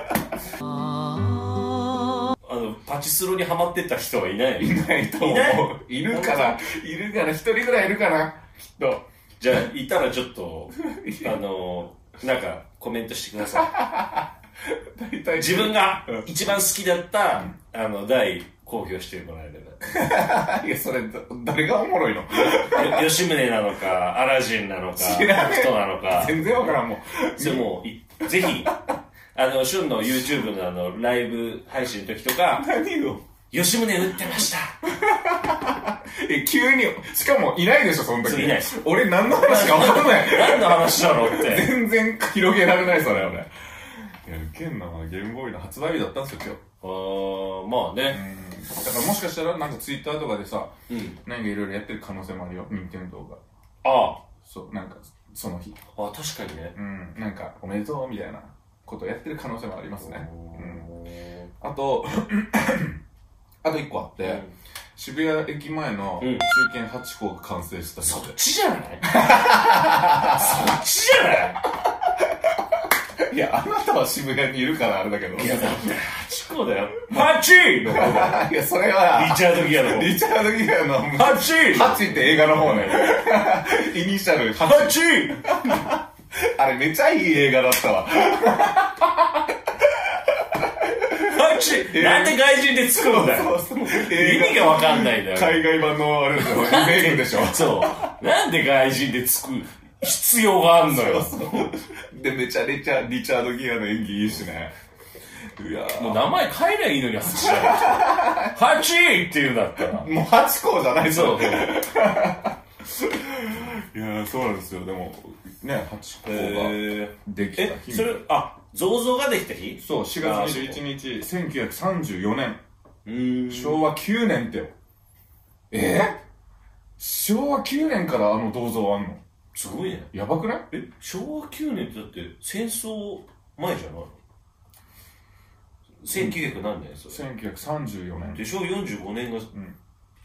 [SPEAKER 2] あの、パチスロにハマってった人はいない。
[SPEAKER 1] いないと思
[SPEAKER 2] いな
[SPEAKER 1] う。いるから、いるから、一人ぐらいいるかな、きっと。
[SPEAKER 2] じゃあ、いたらちょっと、あのなんか、コメントしてくださ
[SPEAKER 1] <laughs> 大体
[SPEAKER 2] い。自分が一番好きだった、あの、題、公表してもらえれ
[SPEAKER 1] いや、それ、だ誰がおもろいの
[SPEAKER 2] ば。よ吉宗なのか、アラジンなのか、北
[SPEAKER 1] 知らねえ
[SPEAKER 2] 斗なのか。
[SPEAKER 1] 全然わからんもん。
[SPEAKER 2] でも、いぜひ、あの、旬の YouTube のあの、ライブ配信の時とか、
[SPEAKER 1] 何を。
[SPEAKER 2] 吉宗打ってました
[SPEAKER 1] え、急に、しかもいないでしょ、その時。
[SPEAKER 2] そういない
[SPEAKER 1] 俺何の話かわかんない。
[SPEAKER 2] 何の話だろう <laughs> って。
[SPEAKER 1] 全然広げられない、それ、俺。いや、ウケんな、ゲームボーイの発売日だったんですよ、今日。
[SPEAKER 2] あーまあね。
[SPEAKER 1] だからもしかしたら、なんかツイッターとかでさ、
[SPEAKER 2] うん。
[SPEAKER 1] 何かいろいろやってる可能性もあるよ、任天堂が。
[SPEAKER 2] あ
[SPEAKER 1] そう、なんか、その日。
[SPEAKER 2] あ、あ確かにね。
[SPEAKER 1] うん、なんか、おめでとうみたいなことをやってる可能性もありますね。うん
[SPEAKER 2] うん
[SPEAKER 1] あと、 <coughs> あと一個あって、渋谷駅前の
[SPEAKER 2] うん
[SPEAKER 1] 中堅8校が完成した
[SPEAKER 2] そっ
[SPEAKER 1] ので、
[SPEAKER 2] ちじ <laughs> ゃないそっちじゃない
[SPEAKER 1] <laughs> いや、あなたは渋谷にいるからあれだけど。いや、 <laughs>
[SPEAKER 2] 八個だよ。八の方だ
[SPEAKER 1] それは
[SPEAKER 2] リ、チャードギアの方。
[SPEAKER 1] リチャード・ギアの、ハ
[SPEAKER 2] 八
[SPEAKER 1] チって映画の方ね。 <laughs> イニシャルハチ。
[SPEAKER 2] 八
[SPEAKER 1] あれめちゃいい映画だったわ。
[SPEAKER 2] 八なんで外人で作るんだよ。意味
[SPEAKER 1] 映
[SPEAKER 2] がわかんないんだ
[SPEAKER 1] 画、
[SPEAKER 2] よ。
[SPEAKER 1] 海外版のあれで <laughs> しょ、リメイクでしょ。
[SPEAKER 2] <laughs> そう。なんで外人で作る必要があんのよ。
[SPEAKER 1] で、めちゃリチャリチャード・ギアの演技いいしね。いやー
[SPEAKER 2] もう名前変えりゃいいのに八だよ。八って言うんだったら。
[SPEAKER 1] もう8校じゃない
[SPEAKER 2] そう。
[SPEAKER 1] いやーそうなんですよでもね八校が
[SPEAKER 2] え
[SPEAKER 1] できた
[SPEAKER 2] え、
[SPEAKER 1] 日
[SPEAKER 2] それ、あ、像像ができた日
[SPEAKER 1] そう4月21日1934年
[SPEAKER 2] うーん。
[SPEAKER 1] 昭和9年ってよえー、昭和9年からあの銅像あんの
[SPEAKER 2] すごいね。
[SPEAKER 1] やばくない
[SPEAKER 2] え昭和9年ってだって戦争前じゃないの1900何年それ
[SPEAKER 1] 1934年
[SPEAKER 2] でしょ45年が
[SPEAKER 1] ん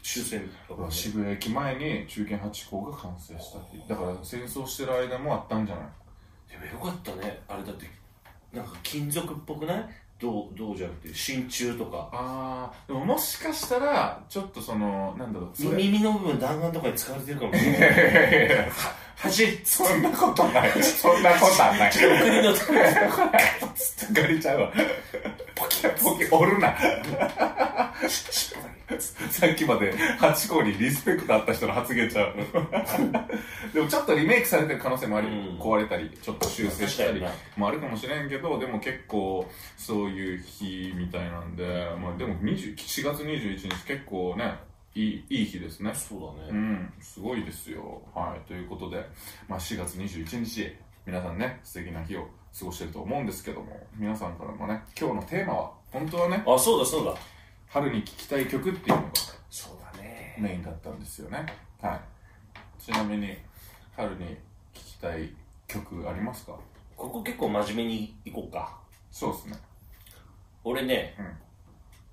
[SPEAKER 2] 終戦だからね
[SPEAKER 1] 渋谷駅前に中堅八校が完成した日だから戦争してる間もあったんじゃない
[SPEAKER 2] でもよかったねあれだってなんか金属っぽくない銅銅じゃなくて真鍮とか
[SPEAKER 1] ああでももしかしたらちょっとそのなんだろうそ <laughs> れ
[SPEAKER 2] 耳の部分弾丸とかに使われてるかもしれ
[SPEAKER 1] い
[SPEAKER 2] ない
[SPEAKER 1] <laughs> やいやいやいや
[SPEAKER 2] 走り
[SPEAKER 1] そんなことないそんなことはない
[SPEAKER 2] 送りのため
[SPEAKER 1] ガリちゃうわ。
[SPEAKER 2] ポキ
[SPEAKER 1] キャポキおるな。さっきまでハチ公にリスペクトあった人の発言ちゃう。でもちょっとリメイクされてる可能性もあり、
[SPEAKER 2] うん
[SPEAKER 1] 壊れたり、ちょっと修正した
[SPEAKER 2] 確
[SPEAKER 1] り
[SPEAKER 2] かにな
[SPEAKER 1] もあるかもしれんけど、でも結構そういう日みたいなんで、まあでも20 4月21日結構ね、いいいい日ですね。
[SPEAKER 2] そうだ
[SPEAKER 1] う
[SPEAKER 2] ね。
[SPEAKER 1] ん、すごいですよ。はい、ということで、まあ、4月21日、皆さんね、素敵な日を過ごしてると思うんですけども、皆さんからのね、今日のテーマは、本当はね、
[SPEAKER 2] あ、そうだそうだ。
[SPEAKER 1] 春に聴きたい曲っていうのが
[SPEAKER 2] そうだね。
[SPEAKER 1] メインだったんですよね。はい。ちなみに、春に聴きたい曲ありますか
[SPEAKER 2] ここ結構真面目にいこうか。
[SPEAKER 1] そうですね。
[SPEAKER 2] 俺ね、
[SPEAKER 1] うん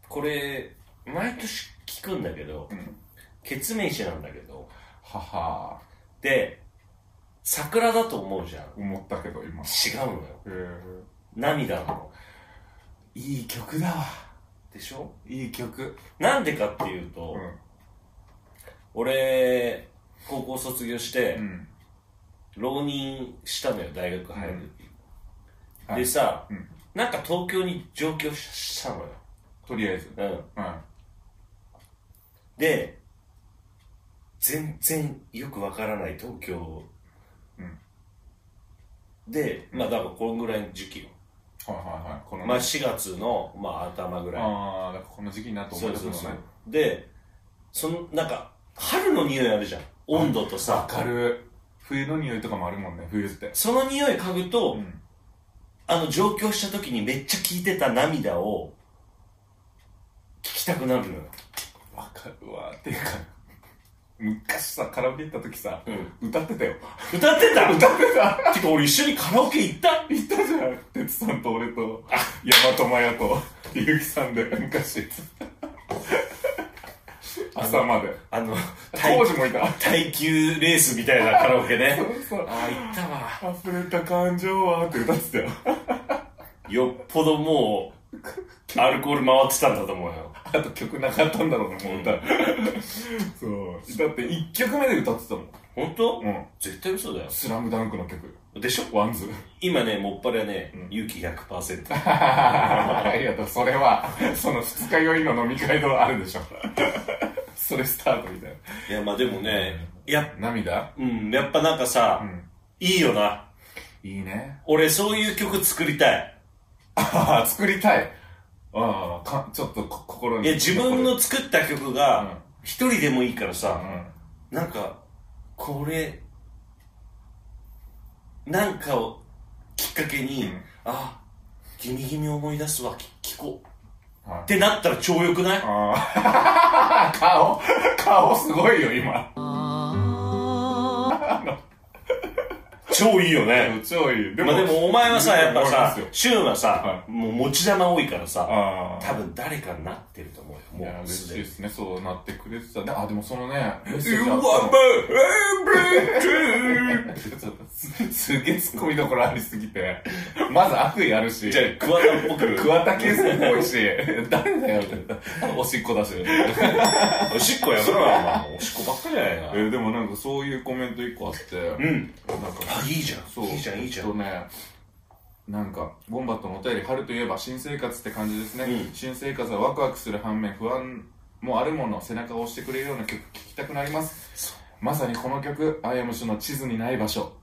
[SPEAKER 2] これ、毎年聞くんだけど、
[SPEAKER 1] うん。
[SPEAKER 2] ケツメイシなんだけど、
[SPEAKER 1] はは
[SPEAKER 2] で、桜だと思うじゃん。
[SPEAKER 1] ー、思ったけど、今。へ
[SPEAKER 2] 違うのよ。
[SPEAKER 1] ー
[SPEAKER 2] 涙なの。
[SPEAKER 1] いい曲だわ。
[SPEAKER 2] でしょ
[SPEAKER 1] いい曲。
[SPEAKER 2] なんでかっていうと、
[SPEAKER 1] うん。
[SPEAKER 2] 俺、高校卒業して、
[SPEAKER 1] うん。
[SPEAKER 2] 浪人したのよ、大学入る時、
[SPEAKER 1] うんはい
[SPEAKER 2] でさ、
[SPEAKER 1] うん
[SPEAKER 2] なんか東京に上京したのよ。
[SPEAKER 1] とりあえず。
[SPEAKER 2] うん。
[SPEAKER 1] は
[SPEAKER 2] で、全然よくわからない東京。
[SPEAKER 1] うん
[SPEAKER 2] で、まあだからこのぐらいの時期よ。
[SPEAKER 1] い。はいはいはい。このね
[SPEAKER 2] まあ4月の、まあ頭ぐらい。
[SPEAKER 1] ああ、だからこの時期になって思
[SPEAKER 2] そ
[SPEAKER 1] いう出す
[SPEAKER 2] そ
[SPEAKER 1] の
[SPEAKER 2] う
[SPEAKER 1] ね。
[SPEAKER 2] そう。で、その、なんか、春の匂いあるじゃん。温度と
[SPEAKER 1] わ
[SPEAKER 2] さ。
[SPEAKER 1] かる。冬の匂いとかもあるもんね、冬って。
[SPEAKER 2] その匂い嗅ぐと、
[SPEAKER 1] うん。
[SPEAKER 2] あの上京した時にめっちゃ聞いてた涙を、聞きたくなるのよ。
[SPEAKER 1] わかるわ。っていうか、昔さ、カラオケ行った時さ、
[SPEAKER 2] うん。
[SPEAKER 1] 歌ってたよ。
[SPEAKER 2] 歌ってた
[SPEAKER 1] 歌ってた
[SPEAKER 2] てか俺一緒にカラオケ行った
[SPEAKER 1] 行ったじゃん。哲さんと俺と、大和真也と、ゆきさんで、
[SPEAKER 2] <laughs>
[SPEAKER 1] 昔。朝まで。
[SPEAKER 2] あの、耐
[SPEAKER 1] 当時もいた。
[SPEAKER 2] 耐久レースみたいなカラオケね。
[SPEAKER 1] そう
[SPEAKER 2] あー、行ったわ。
[SPEAKER 1] 溢れた感情はって歌ってたよ。
[SPEAKER 2] よっぽどもう、アルコール回ってたんだと思うよ。
[SPEAKER 1] あと曲なかったんだろうな、もう歌。そう。だって1曲目で歌ってたもん。
[SPEAKER 2] 本当
[SPEAKER 1] うん。
[SPEAKER 2] 絶対嘘だよ。
[SPEAKER 1] スラムダンクの曲。
[SPEAKER 2] でしょ
[SPEAKER 1] ワンズ。
[SPEAKER 2] 今ね、もっぱらね
[SPEAKER 1] ん、
[SPEAKER 2] 勇気100%。
[SPEAKER 1] <laughs> いや、それは、その二日酔いの飲み会のあるでしょ。それスタートみたい
[SPEAKER 2] いや、まあでもね、や、
[SPEAKER 1] な。涙
[SPEAKER 2] うん、やっぱなんかさ、
[SPEAKER 1] ん
[SPEAKER 2] いいよな。
[SPEAKER 1] いいね。
[SPEAKER 2] 俺そういう曲作りたい。
[SPEAKER 1] ああ、作りたい。ああ、かちょっとこ心に。
[SPEAKER 2] いや、自分の作った曲
[SPEAKER 1] うん
[SPEAKER 2] が、一人でもいいから
[SPEAKER 1] う
[SPEAKER 2] さ、
[SPEAKER 1] ん。
[SPEAKER 2] なんか、これ、なんかをきっかけに、
[SPEAKER 1] うん
[SPEAKER 2] あ、ギミギミ思い出すわ、き聞こう。
[SPEAKER 1] はい
[SPEAKER 2] ってなったら超良くない
[SPEAKER 1] ああ、顔、顔すごいよ、今。 <laughs>
[SPEAKER 2] 超いいよね。
[SPEAKER 1] 超いい。で
[SPEAKER 2] まあでもお前はさ、やっぱさ
[SPEAKER 1] 思いま、
[SPEAKER 2] シュンはさ、
[SPEAKER 1] は
[SPEAKER 2] もう持ち玉多いから
[SPEAKER 1] す
[SPEAKER 2] さ、
[SPEAKER 1] よああ。
[SPEAKER 2] 多分誰かになってると思う
[SPEAKER 1] い
[SPEAKER 2] よ、
[SPEAKER 1] や
[SPEAKER 2] もう
[SPEAKER 1] 嬉し
[SPEAKER 2] す
[SPEAKER 1] い
[SPEAKER 2] で
[SPEAKER 1] で
[SPEAKER 2] に。
[SPEAKER 1] すね、そうなってくれてたね。あ、でもそのね、メッセージ
[SPEAKER 2] You
[SPEAKER 1] あ
[SPEAKER 2] are
[SPEAKER 1] っ
[SPEAKER 2] my
[SPEAKER 1] たの
[SPEAKER 2] everything!
[SPEAKER 1] すすげえツッコミどころありすぎて、まず悪意あるし、
[SPEAKER 2] <laughs> じゃあ、桑田っぽく。
[SPEAKER 1] 桑田圭介っぽい <laughs> し、誰だよって、おしっこ出してる。
[SPEAKER 2] おしっこやめろよ、お前。おしっこばっかりじゃない
[SPEAKER 1] <laughs> え
[SPEAKER 2] か。
[SPEAKER 1] ーでもなんかそういうコメント一個あって、
[SPEAKER 2] うん。
[SPEAKER 1] なんか、
[SPEAKER 2] あ、いいじゃん。
[SPEAKER 1] そう、
[SPEAKER 2] いいじゃん、いいじゃ
[SPEAKER 1] えっ
[SPEAKER 2] ん。
[SPEAKER 1] とね、なんか、ウォンバットのお便り、春といえば新生活って感じですね。
[SPEAKER 2] うん
[SPEAKER 1] 新生活はワクワクする反面、不安もあるもの、背中を押してくれるような曲聴きたくなります。
[SPEAKER 2] そう
[SPEAKER 1] まさにこの曲、アイアムシの地図にない場所。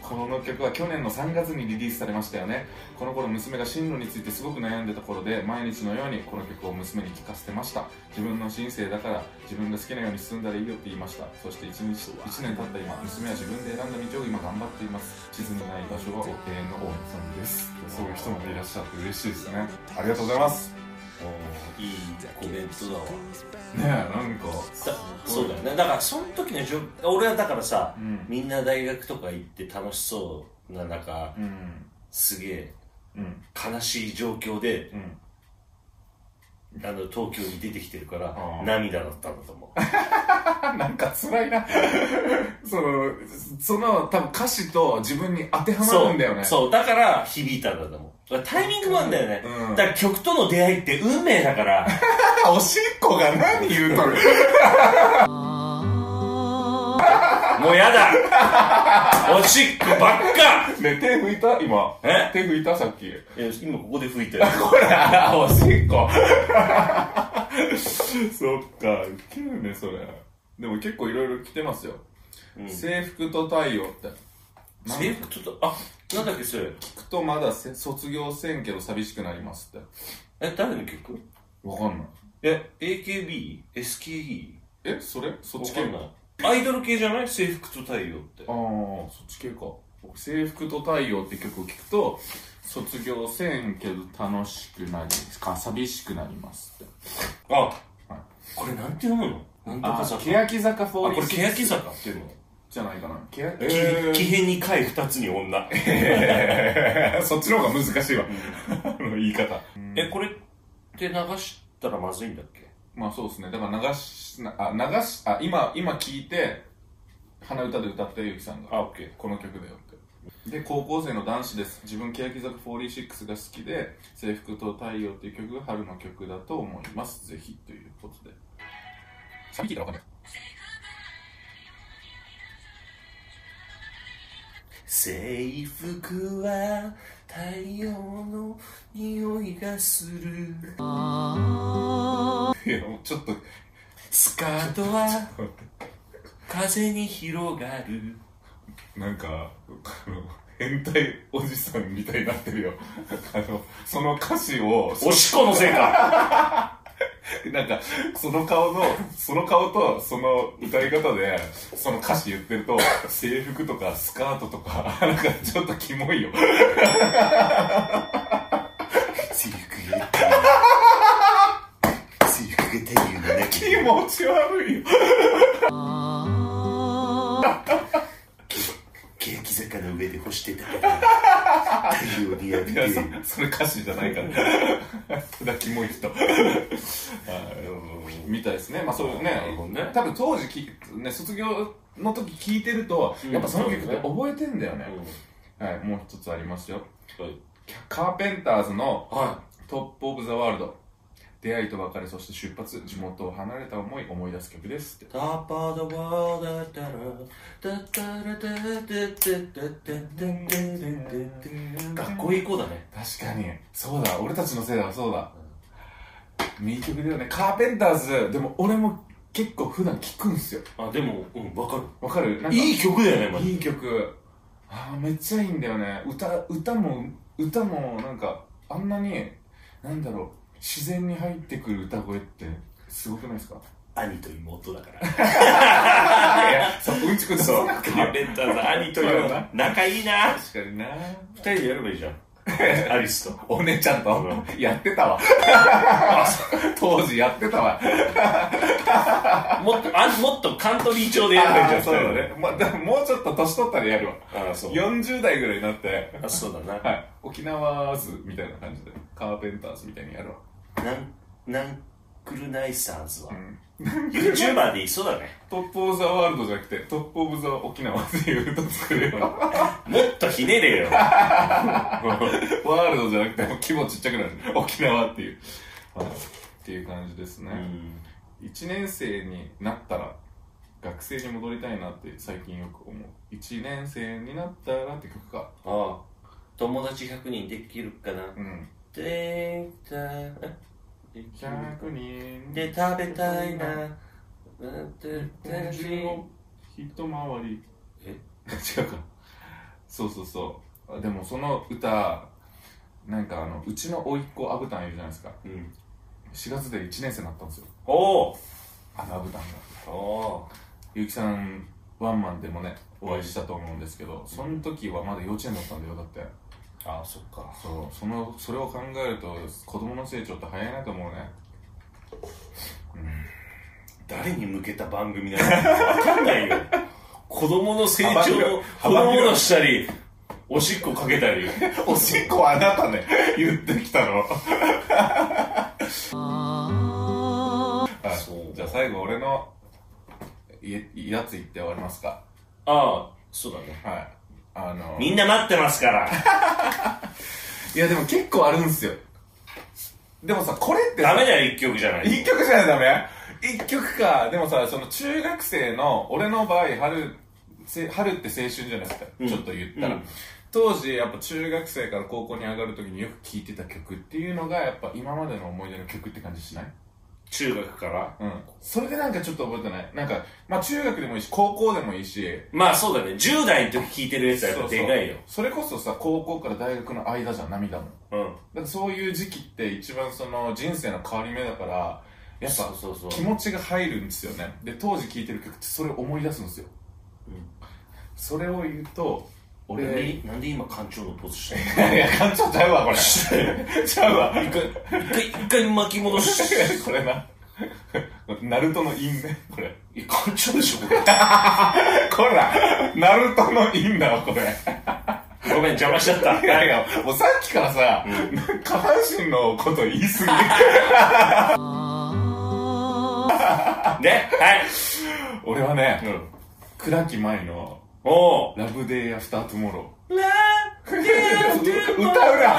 [SPEAKER 1] この曲は去年の3月にリリースされましたよね。この頃娘が進路についてすごく悩んでた頃で、毎日のようにこの曲を娘に聴かせてました。自分の人生だから、自分が好きなように進んだらいいよって言いました。そして 1, 日1年経った今、娘は自分で選んだ道を今頑張っています。地図にない場所は永遠の大野さんです。そういう人もいらっしゃって嬉しいですね。ありがとうございます。
[SPEAKER 2] おーいいコメントだわ。
[SPEAKER 1] ねえ、なんか、
[SPEAKER 2] だそうだよね。だから、その時の状俺はだからさ
[SPEAKER 1] う、ん。
[SPEAKER 2] みんな大学とか行って楽しそうな中、
[SPEAKER 1] うん。
[SPEAKER 2] すげえ
[SPEAKER 1] うん。
[SPEAKER 2] 悲しい状況で、
[SPEAKER 1] うん。
[SPEAKER 2] あの、東京に出てきてるから
[SPEAKER 1] あ、ー
[SPEAKER 2] 涙だったんだと思う。
[SPEAKER 1] なんか辛いな。 <laughs> その、その多分歌詞と自分に当てはま
[SPEAKER 2] そ
[SPEAKER 1] るんだよね。
[SPEAKER 2] う、そう、だから響いたんだと思う。だからタイミングもあんだよね。
[SPEAKER 1] うん
[SPEAKER 2] だから曲との出会いって運命だから、
[SPEAKER 1] あおしっこが何言うとる。
[SPEAKER 2] もうやや <laughs> だおしっこばっか
[SPEAKER 1] ね、手拭いた今。
[SPEAKER 2] え
[SPEAKER 1] 手拭いたさっ
[SPEAKER 2] <laughs>
[SPEAKER 1] き。
[SPEAKER 2] いや今ここで吹 <laughs> いてる
[SPEAKER 1] ほら、おしっこ。 <laughs> そっか、ウケるね、それ。でも結構いろいろ着てますよ。制服と太陽って。なん
[SPEAKER 2] 制服ちょっとあなんだっけそれ
[SPEAKER 1] 聞くとまだせ卒業せんけど寂しくなりますって。
[SPEAKER 2] え誰の曲
[SPEAKER 1] わかんない。
[SPEAKER 2] え AKB?SKE?
[SPEAKER 1] え、それそっち
[SPEAKER 2] わ
[SPEAKER 1] 系
[SPEAKER 2] かんないアイドル系じゃない制服と太陽っ
[SPEAKER 1] あ
[SPEAKER 2] て
[SPEAKER 1] あそっち系か僕「制服と太陽」って曲を聴くと卒業せんけど楽しくなりか寂しくなりますって
[SPEAKER 2] あ、これなんて読むのなんと
[SPEAKER 1] あ
[SPEAKER 2] かさあ
[SPEAKER 1] 欅坂46
[SPEAKER 2] これ欅坂っていうの
[SPEAKER 1] じゃないかな欅
[SPEAKER 2] き木片に貝二つに <laughs> 女
[SPEAKER 1] えそっちの方が難しいわあ
[SPEAKER 2] <laughs>
[SPEAKER 1] の言い方
[SPEAKER 2] えこれって流したらまずいんだっけ
[SPEAKER 1] まあそうですねだから流しなあ流しあ今今聴いて鼻歌で歌ってゆきさんが
[SPEAKER 2] あオッケー
[SPEAKER 1] この曲だよってで高校生の男子です自分欅坂46が好きで「制服と太陽」っていう曲が春の曲だと思いますぜひということでさっき聞いたらわかんない
[SPEAKER 2] 制服は太陽の匂いがする
[SPEAKER 1] いやもうちょっと待
[SPEAKER 2] スカートは
[SPEAKER 1] っ
[SPEAKER 2] 風に広がる
[SPEAKER 1] てなんかあの変態おじさんみたいになってるよあのその歌詞を
[SPEAKER 2] おしっこのせいか
[SPEAKER 1] なんかその顔のその顔とその歌い方でその歌詞言ってると制服とかスカートとかなんかちょっとキモいよ
[SPEAKER 2] 制服が制服が太陽の中
[SPEAKER 1] 気持ち悪いよ
[SPEAKER 2] 欅坂の上で干してたから太陽に浴び
[SPEAKER 1] いやそそれ歌詞じゃないからただキモい人みたいですねまあそういう
[SPEAKER 2] なる
[SPEAKER 1] ね
[SPEAKER 2] ほどね
[SPEAKER 1] 多分当時き、ね、卒業の時聴いてると、
[SPEAKER 2] うん
[SPEAKER 1] やっぱその曲って覚えてんだよね、はいもう一つありますよカーペンターズの
[SPEAKER 2] は
[SPEAKER 1] 「トップ・オブ・ザ・ワールド」出会いと別れそして出発地元を離れた思い思い出す曲ですって
[SPEAKER 2] い。タッパードワールドだったら、だったらだだだだだだだだ学校行こうだね。
[SPEAKER 1] 確かにそうだ俺たちのせいだわそうだ名曲だよねカーペンターズでも俺も結構普段聴くんすよ
[SPEAKER 2] あ、でも、うん、わかる。
[SPEAKER 1] わかるなんか
[SPEAKER 2] いい曲だよね、マジで
[SPEAKER 1] いい曲あーめっちゃいいんだよね歌歌も歌もなんかあんなになんだろう自然に入ってくる歌声ってすごく <laughs> ないですか
[SPEAKER 2] 兄と妹だから。
[SPEAKER 1] いやそううんちく出さなくていいよ
[SPEAKER 2] ベンターズ、兄と
[SPEAKER 1] そうだな
[SPEAKER 2] 仲いいな。
[SPEAKER 1] 確かにな
[SPEAKER 2] 二人でやればいいじゃん。アリスと。
[SPEAKER 1] お姉ちゃんと
[SPEAKER 2] う
[SPEAKER 1] やってたわ <laughs> 当時やってたわ
[SPEAKER 2] もっと、あもっとカントリー調でやればいい
[SPEAKER 1] あ
[SPEAKER 2] じゃ
[SPEAKER 1] ー
[SPEAKER 2] ん。
[SPEAKER 1] そうだね、まあ、でももうちょっと年取ったらやるわ
[SPEAKER 2] 二人で。あ、そう。
[SPEAKER 1] 40代ぐらいになって
[SPEAKER 2] あ、そうだな。
[SPEAKER 1] はい沖縄図みたいな感じでカーペンターズみたいにやるわ
[SPEAKER 2] なん、なんくるナイサーズは
[SPEAKER 1] う。ん
[SPEAKER 2] YouTuber でいそうだね。
[SPEAKER 1] トップ・オブ・ザ・ワールドじゃなくてトップ・オブ・ザ・沖縄っていう歌作れば
[SPEAKER 2] もっとひねれよ。
[SPEAKER 1] ワールドじゃなくてもう規模ちっちゃくなる沖縄っていう、はい、っていう感じです
[SPEAKER 2] う
[SPEAKER 1] ね、
[SPEAKER 2] ん
[SPEAKER 1] 一1年生になったら学生に戻りたいなって最近よく思う1年生になったらって曲か
[SPEAKER 2] ああ。友達100人できるかな。
[SPEAKER 1] うん
[SPEAKER 2] できた。えできるか
[SPEAKER 1] 100人
[SPEAKER 2] で、食べたいな。うんてて
[SPEAKER 1] 中を一回り
[SPEAKER 2] え
[SPEAKER 1] 違うかそうそうそうあでもその歌なんかあのうちの甥っ子アブタンいるじゃないですか
[SPEAKER 2] うん。
[SPEAKER 1] 4月で1年生になったんですよ
[SPEAKER 2] お
[SPEAKER 1] あのアブタンが
[SPEAKER 2] おお
[SPEAKER 1] ゆきさんワンマンでもねお会いしたと思うんですけどその時はまだ幼稚園だったんだよだって
[SPEAKER 2] ああ、そっか。
[SPEAKER 1] そうそのそれを考えると子供の成長って早いなと思うね
[SPEAKER 2] 誰に向けた番組なのか分かんないよ。子供の成長の、子
[SPEAKER 1] 幅広い幅
[SPEAKER 2] 供
[SPEAKER 1] 広い
[SPEAKER 2] のしたり、おしっこかけたり。
[SPEAKER 1] おしっこはあなたね <laughs> 言ってきたのはい
[SPEAKER 2] そう
[SPEAKER 1] じゃあ最後俺のいいやつ言って終わりますか
[SPEAKER 2] ああ、そうだね。
[SPEAKER 1] はいあの
[SPEAKER 2] みんな待ってますから。
[SPEAKER 1] いやでも結構あるんすよでもさこれってさ
[SPEAKER 2] ダメだよ、一曲じゃない。
[SPEAKER 1] 一曲じゃないとダメ一曲かでもさその中学生の俺の場合春せ春って青春じゃないですか、
[SPEAKER 2] うん
[SPEAKER 1] ちょっと言ったら、
[SPEAKER 2] うん
[SPEAKER 1] 当時やっぱ中学生から高校に上がる時によく聴いてた曲っていうのがやっぱ今までの思い出の曲って感じしない
[SPEAKER 2] 中学から
[SPEAKER 1] うんそれでなんかちょっと覚えてないなんかまあ中学でもいいし高校でもいいし
[SPEAKER 2] まあそうだね10代の時聴いてるやつはやっぱでかいよ
[SPEAKER 1] そうそうそれこそさ高校から大学の間じゃん涙も
[SPEAKER 2] うん
[SPEAKER 1] だってそういう時期って一番その人生の変わり目だからやっぱ
[SPEAKER 2] そうそう
[SPEAKER 1] 気
[SPEAKER 2] そう
[SPEAKER 1] 持ちが入るんですよねで当時聴いてる曲ってそれを思い出すんですよ、
[SPEAKER 2] うん
[SPEAKER 1] それを言うと俺
[SPEAKER 2] なん
[SPEAKER 1] に
[SPEAKER 2] でなんで今館長のポーズしてん
[SPEAKER 1] いや、感情ちゃうわ、これ。ちゃうわ。
[SPEAKER 2] の一回一回巻き戻し
[SPEAKER 1] これな。ナルトの因ね、これ。
[SPEAKER 2] <laughs> いや館長でしょこれ
[SPEAKER 1] こら、ナルトの因だわ、これ。
[SPEAKER 2] ごめん邪魔しちゃ <laughs> った
[SPEAKER 1] いやいや、もうさっきからさ、下半身のこと言い過ぎ。
[SPEAKER 2] ねはい
[SPEAKER 1] 俺はね、
[SPEAKER 2] うん
[SPEAKER 1] 倉木舞の
[SPEAKER 2] おお
[SPEAKER 1] ラブデイアフタートゥモロー。
[SPEAKER 2] ラブデ
[SPEAKER 1] 歌
[SPEAKER 2] <laughs>
[SPEAKER 1] うな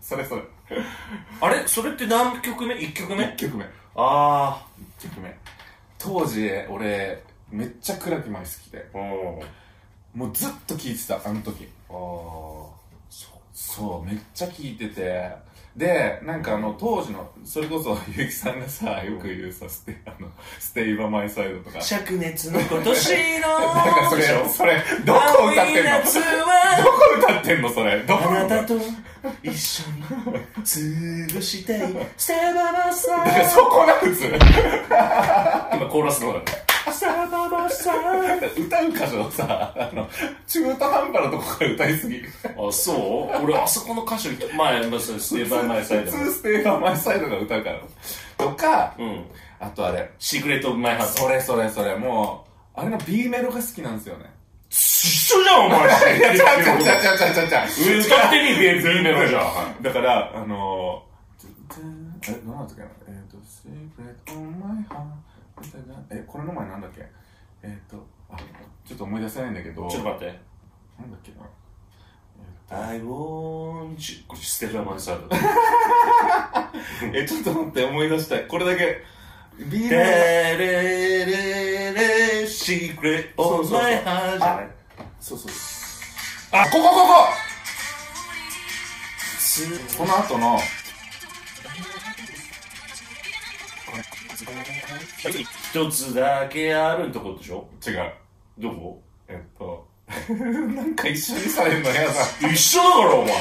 [SPEAKER 1] それそれ。
[SPEAKER 2] あれそれって何曲目 ?1 曲
[SPEAKER 1] 1
[SPEAKER 2] 目
[SPEAKER 1] 曲目。1
[SPEAKER 2] あ
[SPEAKER 1] 曲目。当時、俺、めっちゃ倉木舞好きで。
[SPEAKER 2] あお
[SPEAKER 1] もうずっと聴いてた、あの時。
[SPEAKER 2] あー
[SPEAKER 1] そうめっちゃ聞いててでなんかあの当時のそれこそ結城さんがさよく言うさ「ステあのステイバマイサイド」とか
[SPEAKER 2] 灼熱の今年の
[SPEAKER 1] なんかそれそれどこ歌ってんの
[SPEAKER 2] 青い夏は
[SPEAKER 1] どこ歌ってんのそれどこ
[SPEAKER 2] あな
[SPEAKER 1] だ
[SPEAKER 2] たと一緒に過ごしたいサババさ
[SPEAKER 1] から <laughs> そこなん普通
[SPEAKER 2] 今コーラスの方だねサババさ
[SPEAKER 1] 歌う箇所さあの中途半端なとこから歌いすぎ
[SPEAKER 2] あそう俺あそこの歌手前まあそれステーバー前サイド
[SPEAKER 1] 普通ステイバマイサイドが歌うからとか
[SPEAKER 2] うん
[SPEAKER 1] あとあれ
[SPEAKER 2] シークレットオブマイハート
[SPEAKER 1] それそれそれもうあれの B メロが好きなんですよね
[SPEAKER 2] 一緒じゃんお前
[SPEAKER 1] いや、ちゃうちゃうちゃうちゃうちゃうちゃうちゃう
[SPEAKER 2] 歌ってみてビーメロじゃん
[SPEAKER 1] だから、あのー、え、どうなったっけなえっ、ー、と、Secret on my heart え、これの前なんだっけえっ、ー、と、あ、ちょっと思い出せないんだけど、
[SPEAKER 2] ちょっと待って
[SPEAKER 1] なんだっけなえーと
[SPEAKER 2] I want you これステーバーマイサイド
[SPEAKER 1] え、ちょっと待って、思い出したい。これだけ、ビー
[SPEAKER 2] レ
[SPEAKER 1] ル
[SPEAKER 2] レレレシークレットオブマイハートじゃない
[SPEAKER 1] そうそう。あ、こここここの後の、
[SPEAKER 2] 一つだけあるんとこでしょ
[SPEAKER 1] 違う。
[SPEAKER 2] どこ
[SPEAKER 1] えっと、 <laughs> なんか一緒にされるの嫌だ。
[SPEAKER 2] 一緒だからお前
[SPEAKER 1] あ、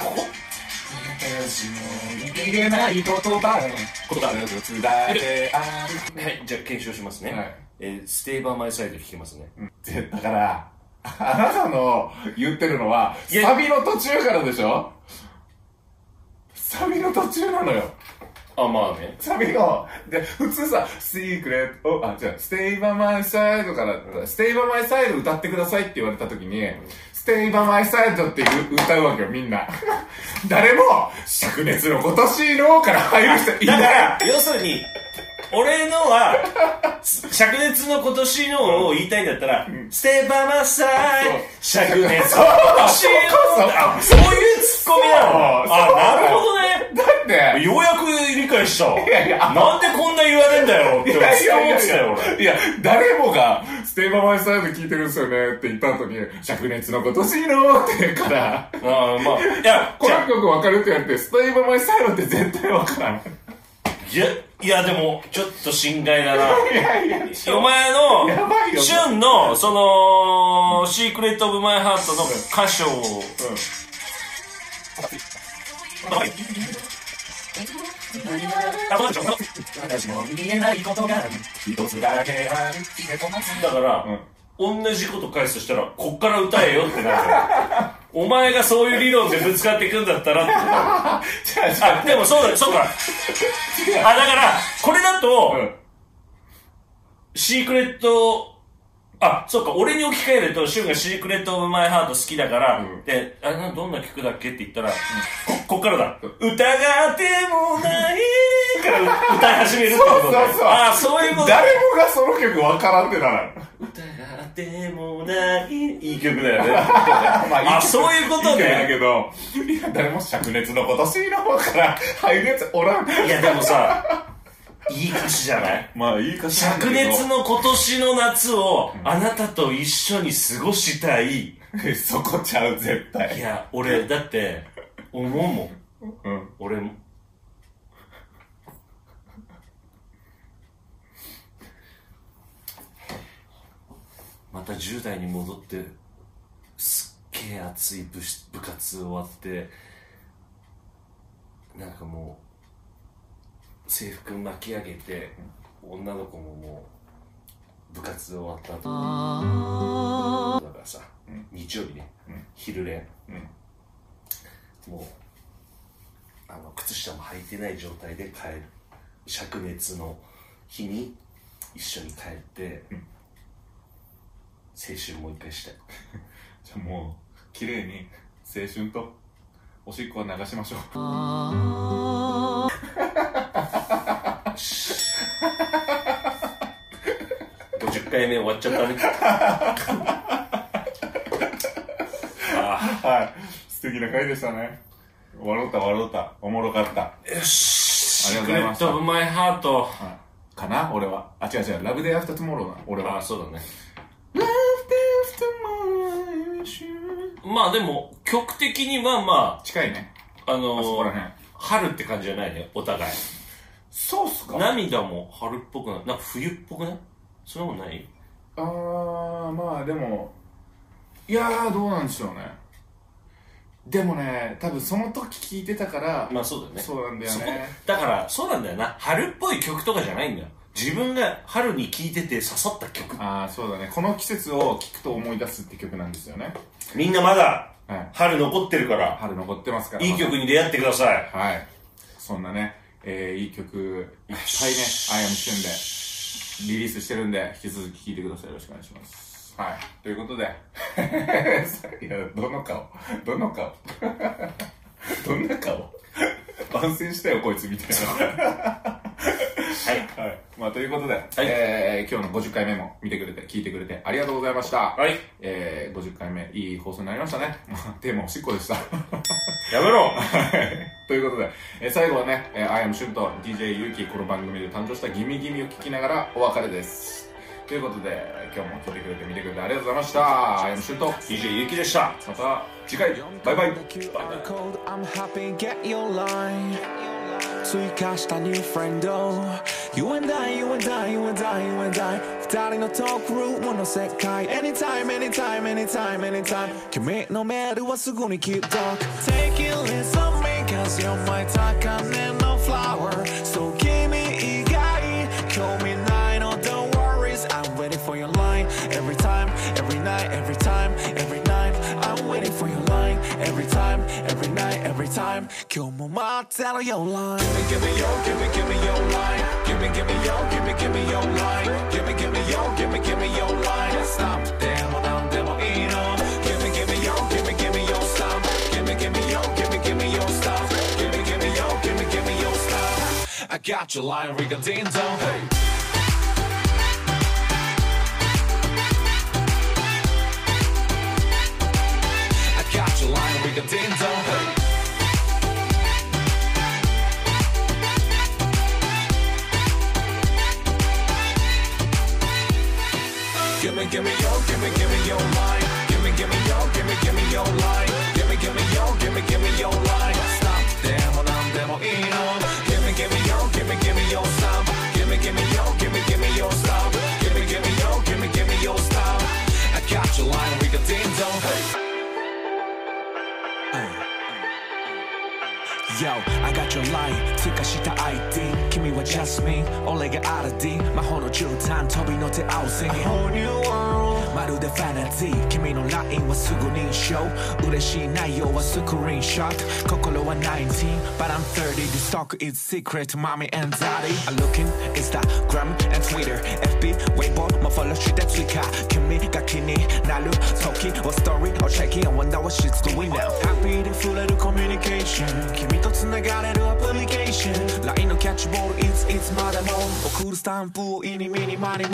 [SPEAKER 1] ここ私も言えない言葉
[SPEAKER 2] ことだ
[SPEAKER 1] 一つだけあ
[SPEAKER 2] はいじゃあ検証しますね、
[SPEAKER 1] はい
[SPEAKER 2] えーステイバーマイサイド弾きますね、
[SPEAKER 1] る。だから、あなたの言ってるのは、
[SPEAKER 2] いや
[SPEAKER 1] サビの途中からでしょサビの途中なのよ。
[SPEAKER 2] あまあね
[SPEAKER 1] サビの、で、普通さ、スークレット、あ、違う、ステイバーマイサイドから、ステイバーマイサイド歌ってくださいって言われた時に、ステイバーマイサイドっていう歌うわけよ、みんな。誰も、灼熱の今年のから入る人い
[SPEAKER 2] だか
[SPEAKER 1] ない
[SPEAKER 2] ら要するに俺のはす灼熱の今年のを言いたいんだったら、ステイバーマイサイド
[SPEAKER 1] そう
[SPEAKER 2] 灼熱の今年
[SPEAKER 1] そう
[SPEAKER 2] のあそういうツッコミなの
[SPEAKER 1] そう
[SPEAKER 2] あなるほどね
[SPEAKER 1] だって、
[SPEAKER 2] ようやく理解したわ
[SPEAKER 1] やいや
[SPEAKER 2] なんでこんな言われんだよって
[SPEAKER 1] い
[SPEAKER 2] 俺
[SPEAKER 1] やいやい
[SPEAKER 2] 思ってたよ俺
[SPEAKER 1] やいや、誰もが、ステイバーマイサイド聞いてるんですよねって言った後に、灼熱の今年のって言うから、
[SPEAKER 2] ああまあいや
[SPEAKER 1] こ
[SPEAKER 2] じゃあ
[SPEAKER 1] の曲わかるって言われて、ステイバーマイサイドって絶対わからん。
[SPEAKER 2] いや、いやでも、ちょっと心外だな。
[SPEAKER 1] いやいや、
[SPEAKER 2] お前の、
[SPEAKER 1] やばいよ
[SPEAKER 2] 旬の、その、シークレット・オブ・マイ・ハートの歌唱を、
[SPEAKER 3] 私も見えないことがある一つだけある
[SPEAKER 2] だから、同じこと返すとしたら、こっから歌えよってなるから。お前がそういう理論でぶつかっていくんだったらってなる
[SPEAKER 1] じゃあ、じゃ
[SPEAKER 2] あ、でもそ
[SPEAKER 1] <laughs>
[SPEAKER 2] うだ、そうか。あ、だから、これだと、
[SPEAKER 1] あ、うん。
[SPEAKER 2] シークレット、あ、そうか、俺に置き換えると、シュンがシークレット・オブ・マイ・ハート好きだから、
[SPEAKER 1] うん
[SPEAKER 2] で、あれな、どんな曲だっけって言ったら、こ、こっからだ。疑ってもないから
[SPEAKER 1] <laughs>
[SPEAKER 2] 歌い始めるってことだよ
[SPEAKER 1] そうそうそう
[SPEAKER 2] あ、そういうことだ。
[SPEAKER 1] 誰もがその曲わからんってならん。
[SPEAKER 2] 疑っでもないいい曲だ
[SPEAKER 1] <laughs>
[SPEAKER 2] よね
[SPEAKER 1] ま
[SPEAKER 2] あそういうことね
[SPEAKER 1] いいけどだけど、いや、誰も灼熱の今年の方から入るやつおらん。
[SPEAKER 2] いやでもさいい歌詞じゃない
[SPEAKER 1] まあ、いいかし
[SPEAKER 2] 灼熱の今年の夏をあなたと一緒に過ごしたい
[SPEAKER 1] の。そこちゃう、絶
[SPEAKER 2] い
[SPEAKER 1] 対。
[SPEAKER 2] や俺だって思うもん
[SPEAKER 1] うん。
[SPEAKER 2] 俺もまた10代に戻ってすっげえ熱い部し部活終わってなんかもう制服巻き上げて女の子ももう部活終わった後だからさ、
[SPEAKER 1] うん
[SPEAKER 2] 日曜日ね、
[SPEAKER 1] うん
[SPEAKER 2] 昼練
[SPEAKER 1] うん。
[SPEAKER 2] もうあの靴下も履いてない状態で帰る灼熱の日に一緒に帰って、青春もう一回したい
[SPEAKER 1] じゃあもう、綺麗に、青春と、おしっこを流しましょう。
[SPEAKER 2] 50回目終わっちゃったねあ
[SPEAKER 1] はい。素敵な回でしたね。笑った、笑った。おもろかった。
[SPEAKER 2] あよし
[SPEAKER 1] ありがとうございました
[SPEAKER 2] シークレット・オブ・マイ・ハート
[SPEAKER 1] はいかな俺は。あ、違う違う。ラブデイアフタートゥモローな。俺
[SPEAKER 2] あ
[SPEAKER 1] は
[SPEAKER 2] あ。そうだね
[SPEAKER 1] ラブデイアフタートゥモロー I wish you
[SPEAKER 2] まあでも曲的にはま
[SPEAKER 1] 近いね。
[SPEAKER 2] ああの
[SPEAKER 1] あそこら辺。
[SPEAKER 2] 春って感じじゃないねお互い
[SPEAKER 1] そうっすか
[SPEAKER 2] 涙も春っぽくないなんか冬っぽくないそんなことない
[SPEAKER 1] あーまあでもいやーどうなんでしょうねでもね多分その時聞いてたから、
[SPEAKER 2] まあそうだよね
[SPEAKER 1] そうなんだよ
[SPEAKER 2] そこ
[SPEAKER 1] ね
[SPEAKER 2] だからそうなんだよな春っぽい曲とかじゃないんだよ自分が春に聴いてて刺さった曲
[SPEAKER 1] ああそうだねこの季節を聴くと思い出すって曲なんですよね
[SPEAKER 2] みんなまだ
[SPEAKER 1] はい
[SPEAKER 2] 春残ってるから
[SPEAKER 1] 春残ってますから
[SPEAKER 2] いい曲に出会ってください
[SPEAKER 1] はいそんなね、えーいい曲いっぱいね「I am 旬」でリリースしてるんで引き続き聴いてくださいよろしくお願いしますはいということで <laughs> いやどの顔どの顔 <laughs> どんな顔 <laughs> 番宣したよこいつみたいな
[SPEAKER 2] はい
[SPEAKER 1] はい。まあ、ということで、えー今日の50回目も見てくれて、聞いてくれてありがとうございました。
[SPEAKER 2] はい
[SPEAKER 1] えー50回目、いい放送になりましたね。 <laughs> まあテーマおしっこでした。
[SPEAKER 2] <laughs> や
[SPEAKER 1] <laughs>
[SPEAKER 2] めろ
[SPEAKER 1] ということで、えー最後はね、えー、I am シュンと DJ ゆうき、この番組で誕生したギミギミを聞きながらお別れです。ということで、今日も聞いてくれて、見てくれてありがとうございました。I am シュンと、
[SPEAKER 2] DJ ゆきでした
[SPEAKER 1] また次回、バイバイ。
[SPEAKER 4] QR code, I'm happy, get your line. 追加した new friend oh. You and I, you and I, you and I, you and I 二人のトークルームの世界 Anytime, anytime, anytime, anytime 君のメールはすぐに keep talk Take it, listen me, cause you're my 高嶺の flower So 君以外興味ないの oh, Don't worries, I'm waiting for your line Every time, every night, every time, every night I'm waiting for your line Every time, every night, every time 今日も待ってるよ line Give me your, give me, give me your line Give me, give me your, give me, give me your line Give me, give me your, give me, give me your line Stop でもなんでもいいの Give me, give me your, give me, give me your stop Give me, give me your, give me, give me your stop Give me, give me your, give me, give me your stop I got your line, Riga Ding Dong Hey I got your line, Riga Ding Dong Hey Gimme, gimme yo, gimme, gimme yo line. Gimme, gimme yo, gimme, gimme yo line. Gimme, gimme yo, gimme, gimme yo line. Stop, oh, demo, nam, demo, ino. Gimme, gimme yo, gimme, gimme yo stop. Gimme, gimme yo, gimme, gimme yo stop. Gimme, gimme yo, gimme, gimme yo stop. I got your line, we got ding dong. Hey. Yo, I got your line 通過した ID 君はジャスミン俺がアラディン魔法の絨毯飛び乗って青線 whole new world まるでファナティー君の LINE はすぐ認証嬉しい内容はスクリーンショット心は19 but I'm 30 the stock is secret mommy and daddy I'm looking is that gram and Twitter FB ウェイボーもフォローして追加君が気になる時をストーリーをチェック I wonder what shit's doing now ハッピーで触れるコミュニケーション君と繋がれるアプリケーション LINE のキャッチボールいついつまでも送るスタンプを意にミニマニも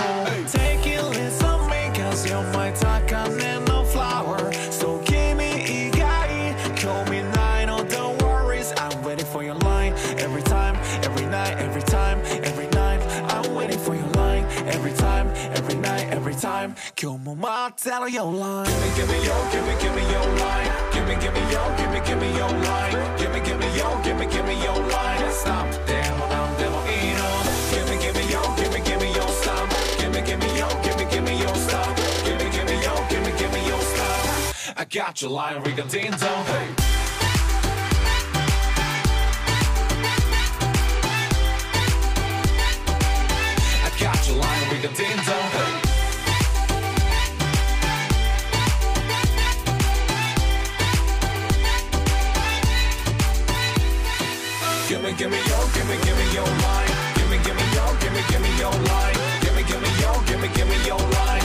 [SPEAKER 4] Take it listen me cause you're you'll find 高嶺の flower So 君以外興味ないの oh, Don't worries I'm waiting for your line Every time, every night, every time, every night I'm waiting for your line Every time, every night, every time 今日も待ってるよ line
[SPEAKER 3] Give me your, give me, give me your line. Give me, give me your, give me, give me your line. Give me, give me your, give me, give me your line. Stop でもなんでもいいの。Give me, give me your, give me, give me your stop. Give me, give me your, give me, give me your stop. Give me, give me your, give me, give me your stop. I got your line, Riga Ding Dong. Hey.
[SPEAKER 4] 「